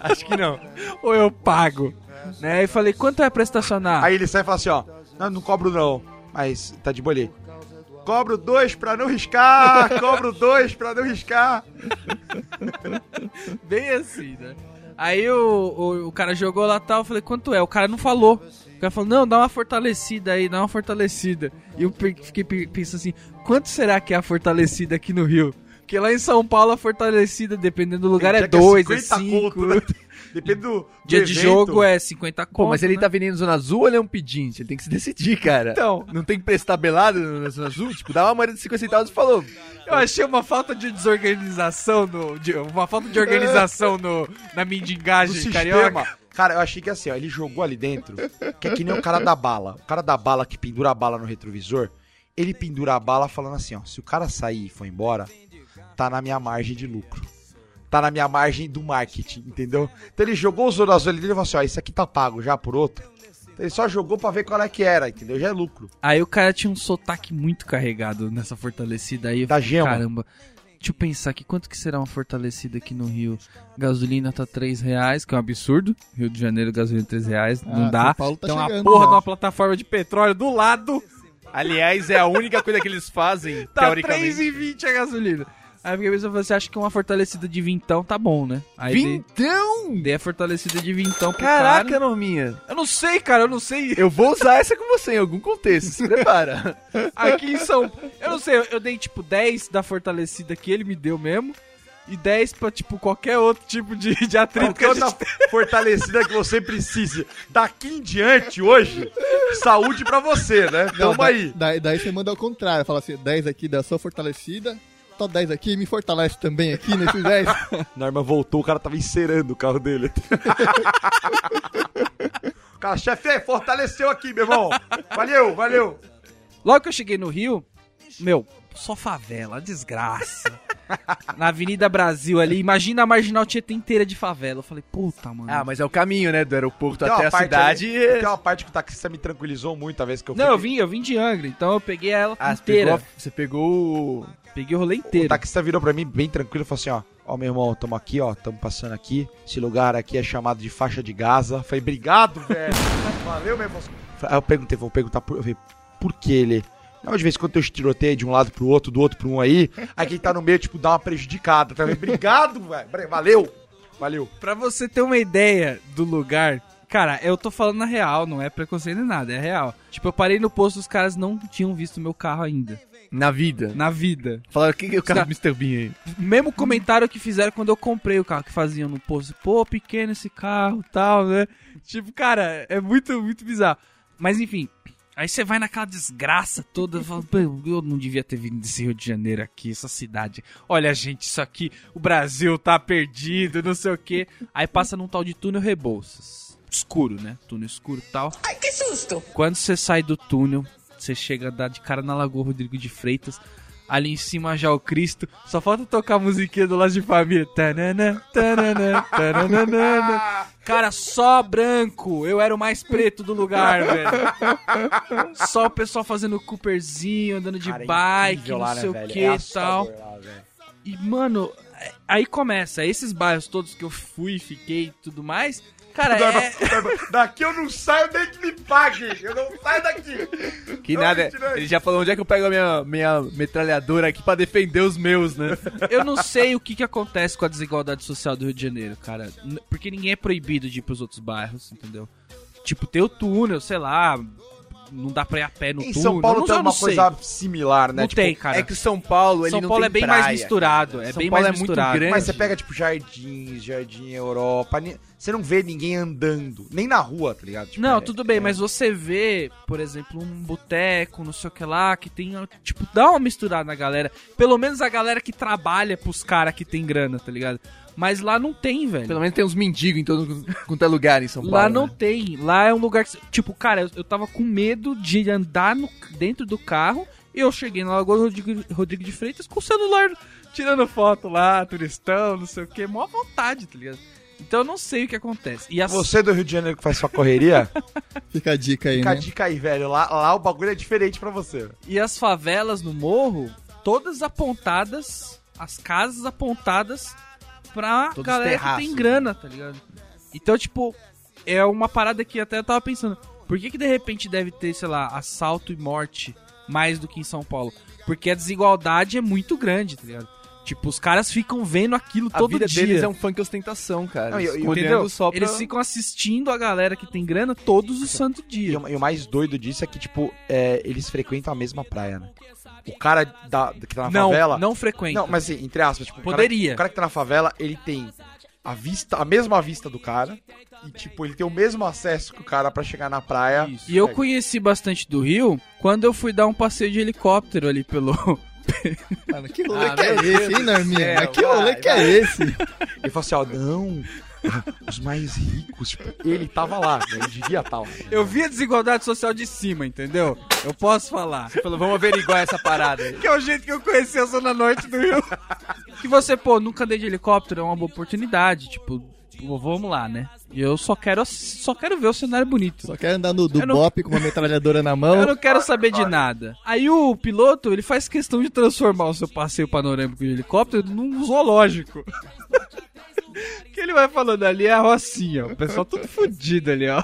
Acho que não.
Ou eu pago? Né? E falei, quanto é pra estacionar?
Aí ele sai e fala assim, ó, não, não cobro não, mas tá de bolê. Cobro dois pra não riscar, cobro dois pra não riscar.
Bem assim, né? Aí o, o, o cara jogou lá tal, eu falei, quanto é? O cara não falou. O cara falou, não, dá uma fortalecida aí, dá uma fortalecida. E eu pe- fiquei pe- pensando assim, quanto será que é a fortalecida aqui no Rio? Porque lá em São Paulo a fortalecida, dependendo do lugar,
Tem
é
dia que
2, é
50
5.
conto, né? Depende do, do
Dia de
evento.
jogo é 50 conto.
Pô, mas ele
né?
tá vendendo zona azul ou ele é um pedinte? Ele tem que se decidir, cara.
Então.
Não tem que prestar belado na zona azul? Tipo, dá uma moeda de 50 centavos e falou.
Eu achei uma falta de desorganização no. de- uma falta de organização no, na
do
mendigagem
sistema.
carioca.
Cara, eu achei que assim, ó, ele jogou ali dentro, que é que nem o cara da bala. O cara da bala que pendura a bala no retrovisor, ele pendura a bala falando assim, ó, se o cara sair e for embora, tá na minha margem de lucro. Tá na minha margem do marketing, entendeu? Então ele jogou o Zona Azul ali dentro e falou assim, ó, isso aqui tá pago já por outro. Então ele só jogou pra ver qual é que era, entendeu? Já é lucro.
Aí o cara tinha um sotaque muito carregado nessa fortalecida aí. eu
Da
falei,
gema.
Caramba. Deixa eu pensar aqui, quanto que será uma fortalecida aqui no Rio? Gasolina tá 3 reais, que é um absurdo. Rio de Janeiro, gasolina 3 reais, não
Ah,
dá.
São Paulo tá
Tem uma
chegando,
porra
né?
de uma plataforma de petróleo do lado,
Aliás, é a única coisa que eles fazem,
tá 3,20 a gasolina. Aí eu fiquei pensando, você acha que uma fortalecida de vintão tá bom, né? Aí dei-
Vintão!
dei a fortalecida de vintão pro cara.
Então, Caraca, Norminha.
Eu não sei, cara, eu não sei.
Eu vou usar essa com você em algum contexto, se prepara.
Aqui em São Eu não sei, eu- eu dei tipo 10 da fortalecida que ele me deu mesmo. E 10 pra, tipo, qualquer outro tipo de, de atrito que
Qualquer
a gente...
outra fortalecida que você precise. Daqui em diante, hoje, saúde pra você, né?
Não,
Tamo
da-
aí.
da- daí você manda ao contrário. Fala assim, 10 aqui da sua fortalecida, só 10 aqui, me fortalece também aqui nesses 10.
Norma voltou, o cara tava encerando o carro dele. o cara, chefe, fortaleceu aqui, meu irmão. Valeu, valeu.
Logo que eu cheguei no Rio, meu, só favela, desgraça. Na Avenida Brasil ali, imagina a Marginal Tietê inteira de favela. Eu falei, puta, mano.
Ah, mas é o caminho, né? Do aeroporto
uma
até a
parte
cidade.
ali- tem uma parte que o taxista me tranquilizou muito a vez que eu fui.
Não, eu vim, eu vim de Angra, então eu peguei ela
Ah, você
inteira.
pegou, Tá você pegou o-
Peguei o rolê
O
inteiro.
taxista virou pra mim bem tranquilo e falou assim, ó. Ó, meu irmão, tamo aqui, ó, tamo passando aqui. Esse lugar aqui é chamado de faixa de Gaza. Falei, obrigado, velho. Valeu, meu irmão. Aí eu perguntei, vou perguntar por, eu falei, por que ele... Não, de vez em quando eu tiroteio de um lado pro outro, do outro pro um aí. Aí quem tá no meio, tipo, dá uma prejudicada. Falei, obrigado, velho. Valeu. Valeu.
Pra você ter uma ideia do lugar, cara, eu tô falando na real, não é preconceito nem nada, é real. Tipo, eu parei no posto, os caras não tinham visto meu carro ainda,
na vida.
na vida.
Falaram, quem que é o carro
Tá.
do Mr. Bean aí?
Mesmo comentário que fizeram quando eu comprei o carro, que faziam no posto, pô, pequeno esse carro, tal, né? Tipo, cara, é muito, muito bizarro. Mas enfim, aí você vai naquela desgraça toda, e fala, "Pô, eu não devia ter vindo desse Rio de Janeiro aqui, essa cidade. Olha, gente, isso aqui, o Brasil tá perdido, não sei o quê. Aí passa num tal de túnel Rebouças. Escuro, né? Túnel escuro e tal.
Ai, que susto!
Quando você sai do túnel, você chega a dar de cara na Lagoa Rodrigo de Freitas. ali em cima já o Cristo. Só falta tocar a musiquinha do Laço de Família. Tananã, tananã, tananã. Cara, só branco. Eu era o mais preto do lugar, velho. Só o pessoal fazendo Cooperzinho, andando de
Cara, é
bike,
incrível
não
lá, né,
sei o
velho?
que
É
e tal.
assustador lá, velho.
E, mano, é- aí começa. Esses bairros todos que eu fui, fiquei e tudo mais. Cara, é.
Daqui eu não saio nem que me pague. Eu não saio daqui.
Que
Não,
nada,
mentira.
ele já falou onde é que eu pego a minha, minha metralhadora aqui pra defender os meus, né?
Eu não sei o que, que acontece com a desigualdade social do Rio de Janeiro, cara. N- Porque ninguém é proibido de ir pros outros bairros, entendeu? Tipo, tem o túnel, sei lá. Não dá pra ir a pé no
Em
túnel.
São Paulo
não,
tem
eu não
uma
sei.
coisa similar, né?
Não tem, cara.
É que São Paulo, ele
São
não
Paulo
tem
é bem mais
praia.
misturado. É
São
bem mais
Paulo é muito
misturado.
grande.
Mas você pega, tipo, jardins, jardim Europa. ni- Você não vê ninguém andando. Nem na rua, tá ligado? Tipo,
Não,
é-
tudo bem, mas você vê, por exemplo, um boteco, não sei o que lá, que tem, ó, tipo, dá uma misturada na galera. Pelo menos a galera que trabalha pros caras que tem grana, tá ligado? Mas lá não tem, velho.
Pelo menos tem uns mendigos em todo quanto é lugar em São Paulo.
Lá não
né?
tem. Lá é um lugar que. Tipo, cara, eu, eu tava com medo de andar no- dentro do carro. E eu cheguei na Lagoa Rodrigo, Rodrigo de Freitas com o celular tirando foto lá, turistão, não sei o que. Mó vontade, tá ligado? Então eu não sei o que acontece. E as...
Você do Rio de Janeiro que faz sua correria,
Fica a dica aí,
fica a
né?
dica aí, velho. Lá, lá o bagulho é diferente pra você.
E as favelas no morro, todas apontadas, as casas apontadas pra
Todos
galera
terraços,
que tem
né?
grana, tá ligado? Então, tipo, é uma parada que até eu tava pensando. Por que que de repente deve ter, sei lá, assalto e morte mais do que em São Paulo? Porque a desigualdade é muito grande, tá ligado? Tipo, os caras ficam vendo aquilo
A
todo
vida
dia.
deles é um funk ostentação, cara.
Não,
Eles
eu- eu-
ficam olhando
entendeu?
só pra...
Eles ficam assistindo a galera que tem grana todos os santos
E,
dias.
o- e o mais doido disso é que, tipo, é, eles frequentam a mesma praia, né? O cara da, que tá na
Não,
favela.
não frequenta.
Não, mas assim, entre aspas, tipo, o cara-
Poderia.
O cara que tá na favela, ele tem a vista, a mesma vista do cara. E, tipo, ele tem o mesmo acesso que o cara pra chegar na praia.
E eu
É,
conheci bastante do Rio quando eu fui dar um passeio de helicóptero ali pelo.
Mano, que rolê
Ah,
que é
meu
esse,
Deus
hein,
do
Norminha?
céu,
Mas que rolê
vai,
que é esse?
Ele falou assim, ó, não. ah, Os mais ricos, tipo, ele tava lá, né? ele devia estar lá.
Eu vi a desigualdade social de cima, entendeu? Eu posso falar.
Falou, vamos averiguar essa parada. aí."
Que é o jeito que eu conheci a Zona Norte do Rio. que você, pô, nunca andei de helicóptero, é uma boa oportunidade. Tipo, pô, vamos lá, né? E eu só quero, só quero ver o cenário bonito.
Só quer andar no do
Eu não-
bop com uma metralhadora na mão.
Eu não quero saber de nada. Aí o piloto, ele faz questão de transformar o seu passeio panorâmico de helicóptero num zoológico. que ele vai falando ali é a rocinha, o pessoal tudo fudido ali, ó.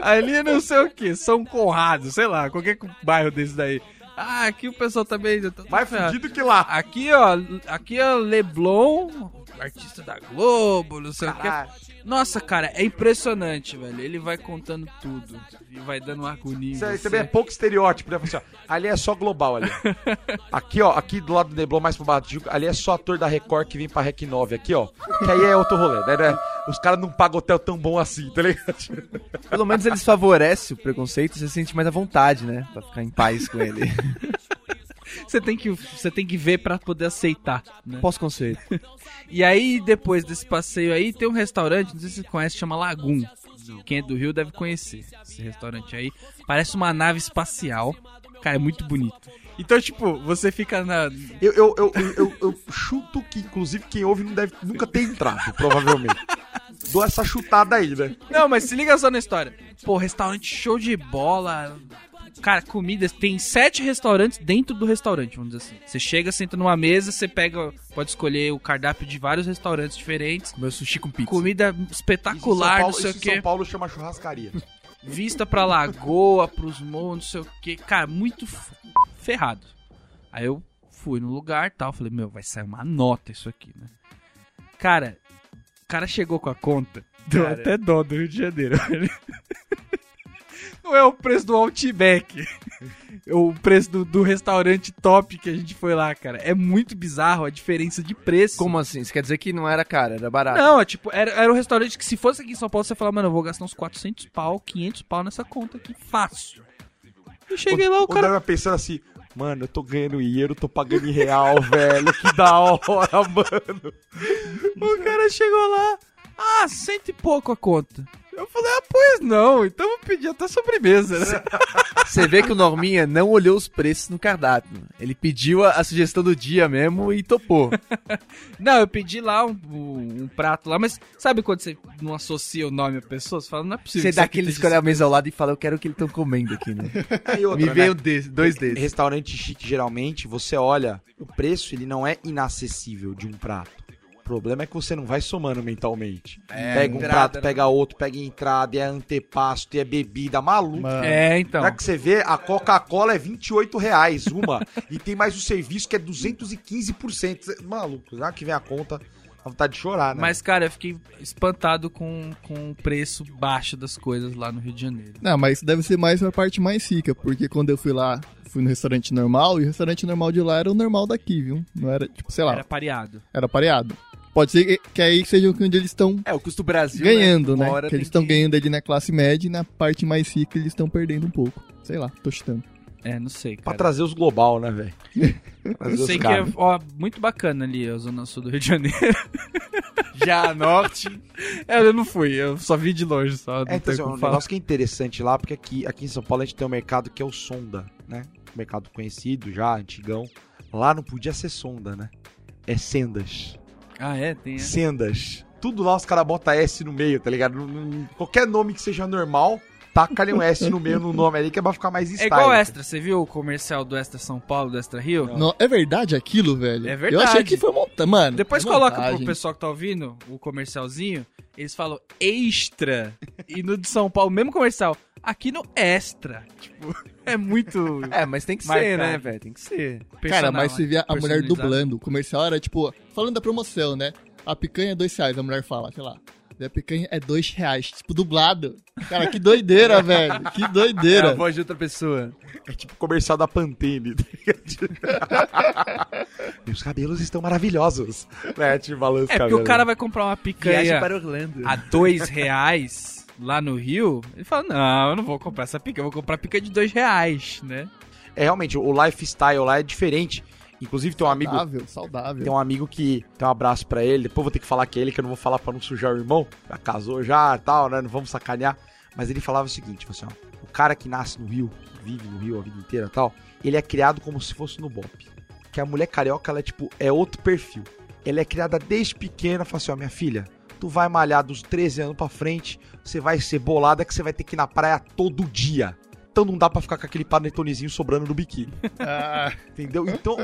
ali não sei o que, São Conrado, sei lá, qualquer bairro desse daí. Ah, aqui o pessoal também... tá tudo
Mais
ferrado.
fudido que lá.
Aqui, ó, aqui é Leblon, artista da Globo, não sei
Caralho.
o que. Nossa, cara, é impressionante, velho. Ele vai contando tudo e vai dando um agonia.
Isso aí também é pouco estereótipo, né? Fala assim, ó, ali é só global ali. Aqui, ó, aqui do lado do Neblon, mais pro baixo, ali é só ator da Record que vem pra Rec 9 aqui, ó. Que aí é outro rolê, né? né? Os caras não pagam hotel tão bom assim, tá ligado?
Pelo menos eles favorecem o preconceito, você se sente mais à vontade, né? Pra ficar em paz com ele.
Você tem que, você tem que ver pra poder aceitar, né?
Pós-conceito.
E aí, depois desse passeio aí, tem um restaurante, não sei se você conhece, chama Lagoon. Quem é do Rio deve conhecer esse restaurante aí. Parece uma nave espacial. Cara, é muito bonito. Então, tipo, você fica na,
Eu, eu, eu, eu, eu- eu chuto que, inclusive, quem ouve não deve, nunca ter entrado, provavelmente. Dou essa chutada aí, né?
Não, mas se liga só na história. Pô, restaurante show de bola. Cara, comidas. Tem sete restaurantes dentro do restaurante, vamos dizer assim. Você chega, senta numa mesa, você pega. Pode escolher o cardápio de vários restaurantes diferentes.
Meu sushi com pizza.
Comida
Isso em São
espetacular,
Paulo,
não sei o
isso em São
quê.
Paulo chama churrascaria.
Vista pra lagoa, pros montes, não sei o quê. Cara, muito f- ferrado. Aí eu fui no lugar e tal. Falei, meu, vai sair uma nota isso aqui, né? Cara, o cara chegou com a conta. Deu
Cara.
até dó do Rio de Janeiro. velho. Não é o preço do Outback. É O preço do, do restaurante top que a gente foi lá, cara. É muito bizarro a diferença de preço.
Como assim? Isso quer dizer que não era cara, era barato.
Não, é tipo, era, era um restaurante que se fosse aqui em São Paulo, você falava, mano, eu vou gastar uns 400 pau, 500 pau nessa conta aqui, fácil. Eu cheguei lá, o cara,
Dama pensando assim, mano, eu tô ganhando dinheiro, tô pagando em real, velho. Que da hora, mano.
o cara chegou lá, ah, cento e pouco a conta. Eu falei, ah, pois não, então vou pedir até sobremesa, né?
Você vê que o Norminha não olhou os preços no cardápio. Ele pediu a, a sugestão do dia mesmo e topou.
Não, eu pedi lá um, um- um prato lá, mas sabe quando você não associa o nome à pessoa? Você fala, não é possível.
Você
que
dá
isso aqui
aquele
esteja
escolher a mesa ao lado e fala, eu quero o que eles estão comendo aqui, né?
Aí outra,
Me
né?
veio desse- dois desses.
Restaurante chique, geralmente, você olha, o preço ele não é inacessível de um prato. O problema é que você não vai somando mentalmente. pega um
entrada,
prato,
né?
pega outro, pega entrada, e é antepasto, e é bebida, maluco.
Mano.
É, então.
Já que você vê, a Coca-Cola é 28 reais uma, e tem mais o serviço que é 215%. Cê- Maluco, já que vem a conta, a vontade de chorar, né?
Mas, cara, eu fiquei espantado com, com o preço baixo das coisas lá no Rio de Janeiro.
Não, mas isso deve ser mais uma parte mais rica, porque quando eu fui lá, fui no restaurante normal, e o restaurante normal de lá era o normal daqui, viu? Não era, tipo, sei
Era
lá,
pareado.
era pareado. Pode ser que- que aí seja onde eles estão
É, o custo Brasil,
ganhando, né?
Uma hora
Que eles
tem
estão ganhando ali na classe média e na parte mais rica eles estão perdendo um pouco. Sei lá, tô chutando.
É, não sei,
Pra
cara.
trazer os global, né, velho? Trazer
Eu sei
os
que é
caras.
ó, muito bacana ali a zona sul do Rio de Janeiro.
Já a norte.
É, eu não fui, eu só vi de longe, só não
É, então,
tenho
assim, é
como
um
falar.
negócio que é interessante lá, porque aqui, aqui em São Paulo a gente tem um mercado que é o Sonda, né? Um mercado conhecido já, antigão. Lá não podia ser Sonda, né? É Sendas.
Ah, é? Tem. é.
Sendas. Tudo lá os caras botam S no meio, tá ligado? Não- não- Qualquer nome que seja normal, taca-lhe um S no meio no nome ali, que é pra ficar mais
É
style.
igual Extra, você viu o comercial do Extra São Paulo, do Extra Rio?
No- é verdade aquilo, velho?
É
Eu
verdade.
achei que foi montado, mano.
Depois
é
coloca pro
montagem.
pessoal que tá ouvindo o comercialzinho, eles falam extra. e no de São Paulo, mesmo comercial, aqui no extra. Tipo, é muito.
É, mas tem que ser,
Marcado.
né, velho? Tem que ser.
Cara, mas
personal,
você vê a mulher
personalizado.
dublando. O comercial era tipo, falando da promoção, né? A picanha é dois reais, a mulher fala, sei lá. E A picanha é dois reais, tipo, dublado. Cara, que doideira, velho. Que
É a
doideira.
voz de outra pessoa.
É tipo comercial da Pantene. tá ligado? Meus cabelos estão maravilhosos. Né? Te balança
É porque o cara vai comprar uma
Viagem
picanha
para Orlando.
a dois reais lá no Rio, ele fala, não, eu não vou comprar essa pica, eu vou comprar pica de dois reais, né?
É realmente, o lifestyle lá é diferente. Inclusive, tem um amigo
Saudável, saudável.
Tem um amigo que tem um abraço pra ele. Depois vou ter que falar que é ele, que eu não vou falar pra não sujar o irmão. Já casou já tal, né? Não vamos sacanear. Mas ele falava o seguinte: tipo assim, ó, o cara que nasce no Rio, vive no Rio a vida inteira tal, ele é criado como se fosse no Bop. Que a mulher carioca, ela é tipo, é outro perfil. Ela é criada desde pequena, fala assim: ó, minha filha, tu vai malhar dos 13 anos pra frente, você vai ser bolada que você vai ter que ir na praia todo dia. Então não dá pra ficar com aquele panetonezinho sobrando no biquíni.
Ah,
Entendeu? Então.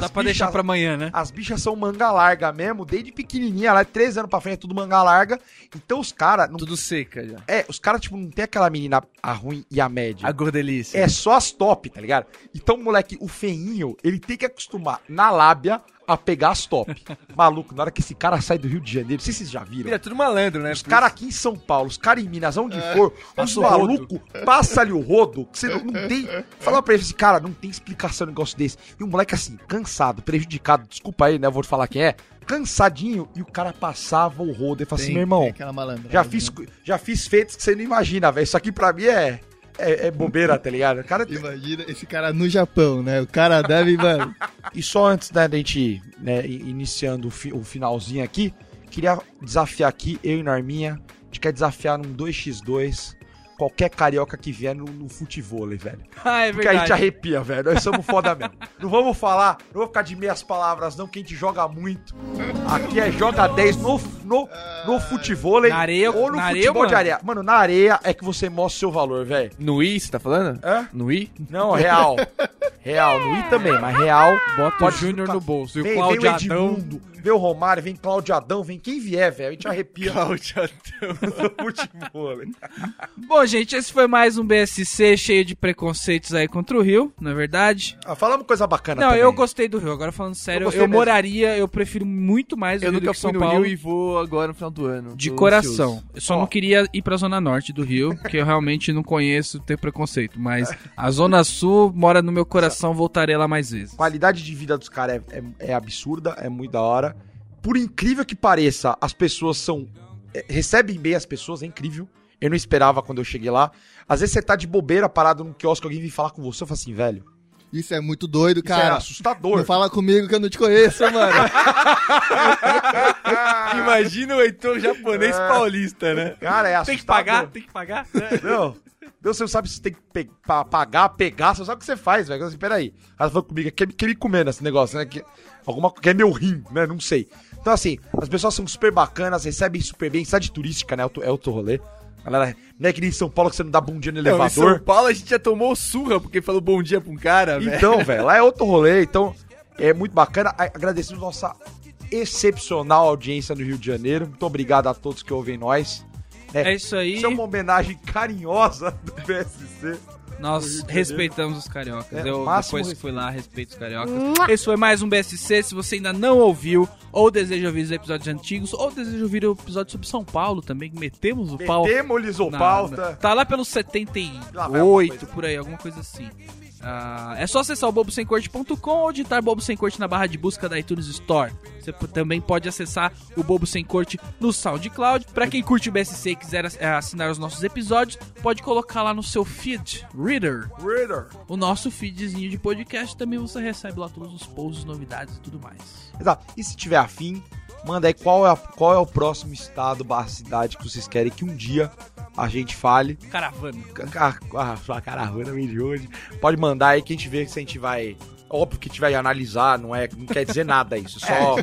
Dá pra deixar pra amanhã, né?
As bichas são manga larga mesmo, desde pequenininha, lá de 3 anos pra frente, é tudo manga larga. Então os caras. não-
Tudo seca já.
É, os caras, tipo, não tem aquela menina a ruim e a média.
A gordelícia.
É só as top, tá ligado? Então, moleque, o feinho, ele tem que acostumar na lábia a pegar as top. Maluco, na hora que esse cara sai do Rio de Janeiro, não sei se vocês já viram.
Vira tudo malandro, né?
Os
Por
caras aqui em São Paulo, os caras em Minas, onde for, os
É. passa o rodo.
malucos passam ali o rodo, que você não, não tem. Falar pra ele assim, cara, não tem explicação um negócio desse. E o moleque assim, cansado, prejudicado, desculpa aí, né? eu Vou falar quem é, cansadinho, e o cara passava o rodo e falava assim,
Tem-
meu
é
irmão,
aquela malandragem,
já fiz,
né?
co- já fiz feitos que você não imagina, velho. Isso aqui pra mim é, é, é bobeira, tá ligado? O Cara,
Imagina esse cara no Japão, né? O cara deve, mano.
E só antes né, da gente né, i- iniciando o, fi- o finalzinho aqui, queria desafiar aqui, eu e Norminha, a gente quer desafiar num 2x2 qualquer carioca que vier no, no futevôlei, velho.
Ah, é
Porque a gente
verdade.
arrepia, velho. Nós somos foda mesmo. Não vamos falar, não vou ficar de meias palavras, não, que a gente joga muito. Aqui é joga 10 no, no, no futevôlei
Na areia,
ou no
na areia,
futebol de
mano.
areia. Mano, na areia é que você mostra o seu valor, velho.
No I, você tá falando?
Hã?
No I?
Não, real. Real, no I também, mas real.
Bota o
pode
Júnior
ficar-
no bolso e o
Vem,
Claudio
vem o
Adão.
Edmundo, vem o Romário, vem Cláudio Adão, vem quem vier, velho. A gente arrepia no futebol. velho.
Bom, gente, esse foi mais um BSC cheio de preconceitos aí contra o Rio, não é verdade?
Ah, fala uma coisa bacana
Não,
também.
eu gostei do Rio. Agora falando sério, eu,
Eu gostei mesmo.
moraria, eu prefiro muito mais o
Eu
Rio do
nunca
que
fui
São
no
Paulo.
Rio e vou agora no final do ano.
De
Tô
coração.
ansioso.
Eu só
Ó.
não queria ir pra Zona Norte do Rio, que eu realmente não conheço, tenho preconceito. Mas a Zona Sul mora no meu coração, voltarei lá mais vezes.
Qualidade de vida dos caras é, é- é absurda, é muito da hora. Por incrível que pareça, as pessoas são. é, recebem bem as pessoas, é incrível. Eu não esperava quando eu cheguei lá. Às vezes você tá de bobeira parado num quiosque, alguém vem falar com você, eu falo assim, velho.
Isso é muito doido,
Isso é
cara.
assustador.
não fala comigo que eu não te conheço, mano.
Imagina o Heitor japonês paulista, né?
Cara, é assustador.
Tem que pagar, tem que pagar. né?
Não. Deus, você não sabe se tem que pe- pa- pagar, pegar, você não sabe o que você faz, velho. Assim, peraí. Ela falou comigo, quer, me- quer me comer nesse negócio, né? Que, alguma coisa, é meu rim, né? Não sei. Então, assim, as pessoas são super bacanas, recebem super bem, cidade turística, né? É outro- É outro rolê. Galera, não é que nem em São Paulo que você não dá bom dia no
Não, em
elevador.
São Paulo a gente já tomou surra porque falou bom dia pra um cara, velho.
Então, velho, lá é outro rolê, então é muito bacana. A- Agradecemos nossa excepcional audiência no Rio de Janeiro. Muito obrigado a todos que ouvem nós.
É isso aí.
Isso é uma homenagem carinhosa do PSC.
Nós respeitamos os cariocas.
É,
Eu
máximo
depois
respeito.
fui lá, respeito os cariocas. Esse foi mais um BSC. Se você ainda não ouviu, ou deseja ouvir os episódios antigos, ou deseja ouvir o episódio sobre São Paulo também, que metemos o pau.
Demolizou
na-
pauta.
Tá lá pelos
Lá vai alguma
78,
coisa.
por aí, alguma coisa assim. Ah, é só acessar o bobosemcorte.com ou digitar Bobo Sem Corte na barra de busca da iTunes Store. Você p- também pode acessar o Bobo Sem Corte no SoundCloud. Pra quem curte o BSC e quiser ass- eh, assinar os nossos episódios, pode colocar lá no seu feed reader
Ritter.
o nosso feedzinho de podcast. Também você recebe lá todos os posts, novidades e tudo mais.
Exato. E se tiver afim, manda aí qual é, a- qual é o próximo estado barra cidade que vocês querem que um dia a gente fale.
Caravana.
A, a, a caravana meio de hoje. Pode mandar aí que a gente vê se a gente vai. Óbvio que a gente vai analisar, não, é, não quer dizer nada isso. Só,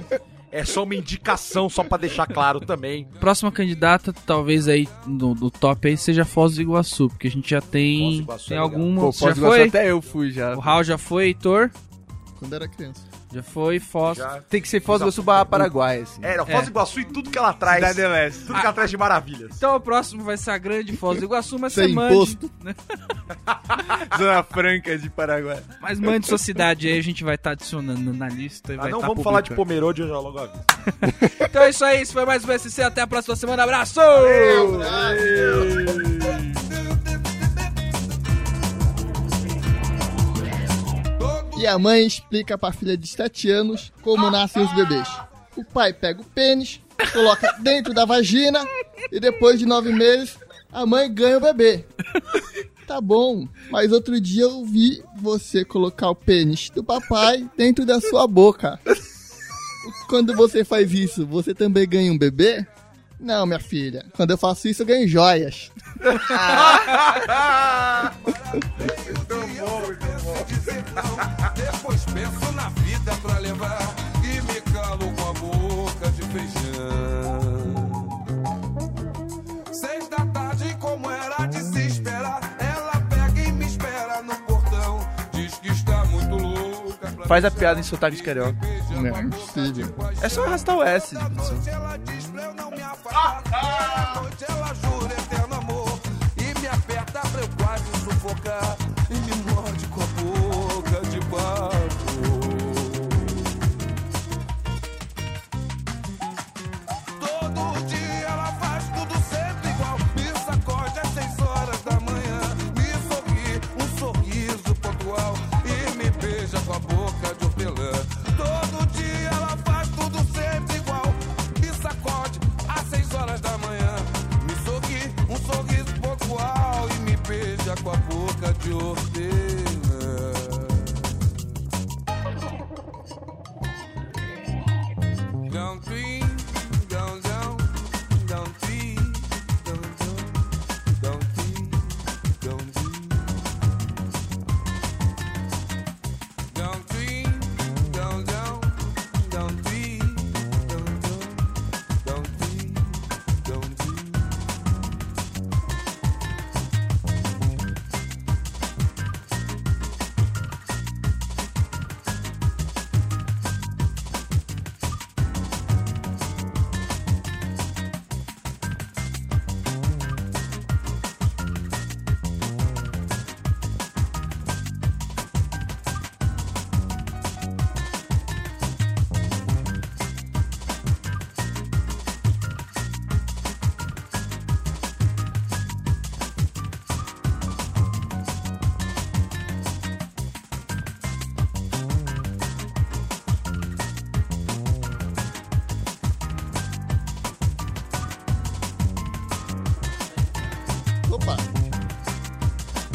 é só uma indicação, só pra deixar claro também.
Próxima candidata, talvez aí no, no top aí, seja Foz do Iguaçu, porque a gente já
Foz do
tem,
Iguaçu
tem
é legal.
alguma.
Pô,
Você já
Foz do Iguaçu
foi?
até eu fui já.
O Raul já foi, Heitor?
Quando era criança.
Já foi, Foz.
Já.
Tem que ser Foz do Iguaçu barra Paraguai, assim.
É, não, Foz do Iguaçu e tudo que ela traz.
Cidade Leste.
Tudo que ela traz de maravilhas.
Então o próximo vai ser a grande Foz do Iguaçu, mas você
Sem
mande,
imposto.
Zona Franca de Paraguai.
mas mande sua cidade aí, a gente vai estar adicionando na lista. e
Ah,
vai
não
tá
vamos falar de
publicando.
Pomerode, eu já logo aviso.
Então é isso aí, esse foi mais um SC, até a próxima semana, abraço!
E a mãe explica pra filha de 7 anos como nascem os bebês. O pai pega o pênis, coloca dentro da vagina e depois de 9 meses a mãe ganha o bebê. Tá bom, mas outro dia eu vi você colocar o pênis do papai dentro da sua boca. Quando você faz isso, você também ganha um bebê? Não, minha filha. Quando eu faço isso, eu ganho joias.
Depois penso na vida pra levar e me calo com a boca de feijão. Seis da tarde, como era de se esperar, ela pega e me espera no portão. Diz que está muito louca. Pra
Faz a
me
piada em
chamar
sotaque de
e
carioca.
beija
Não,
com a
é
boca de
impossível.
paixão.
É só arrastar o S.
Da noite ela diz pra eu não me afastar. Da noite ela jura eterno amor. E me aperta pra eu quase sufocar. E me morde com a boca de babo. Todo dia ela faz tudo sempre igual. Me sacode às seis horas da manhã. Me sorri, um sorriso pontual. E me beija com a boca de hortelã. Todo dia ela faz tudo sempre igual. Me sacode às seis horas da manhã. Me sorri, um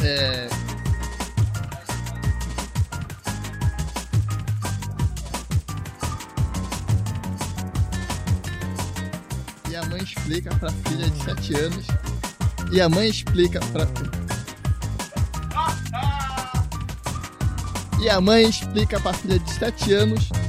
É. a mãe explica pra filha de 7 anos. E a mãe explica pra. E a mãe explica pra filha de 7 anos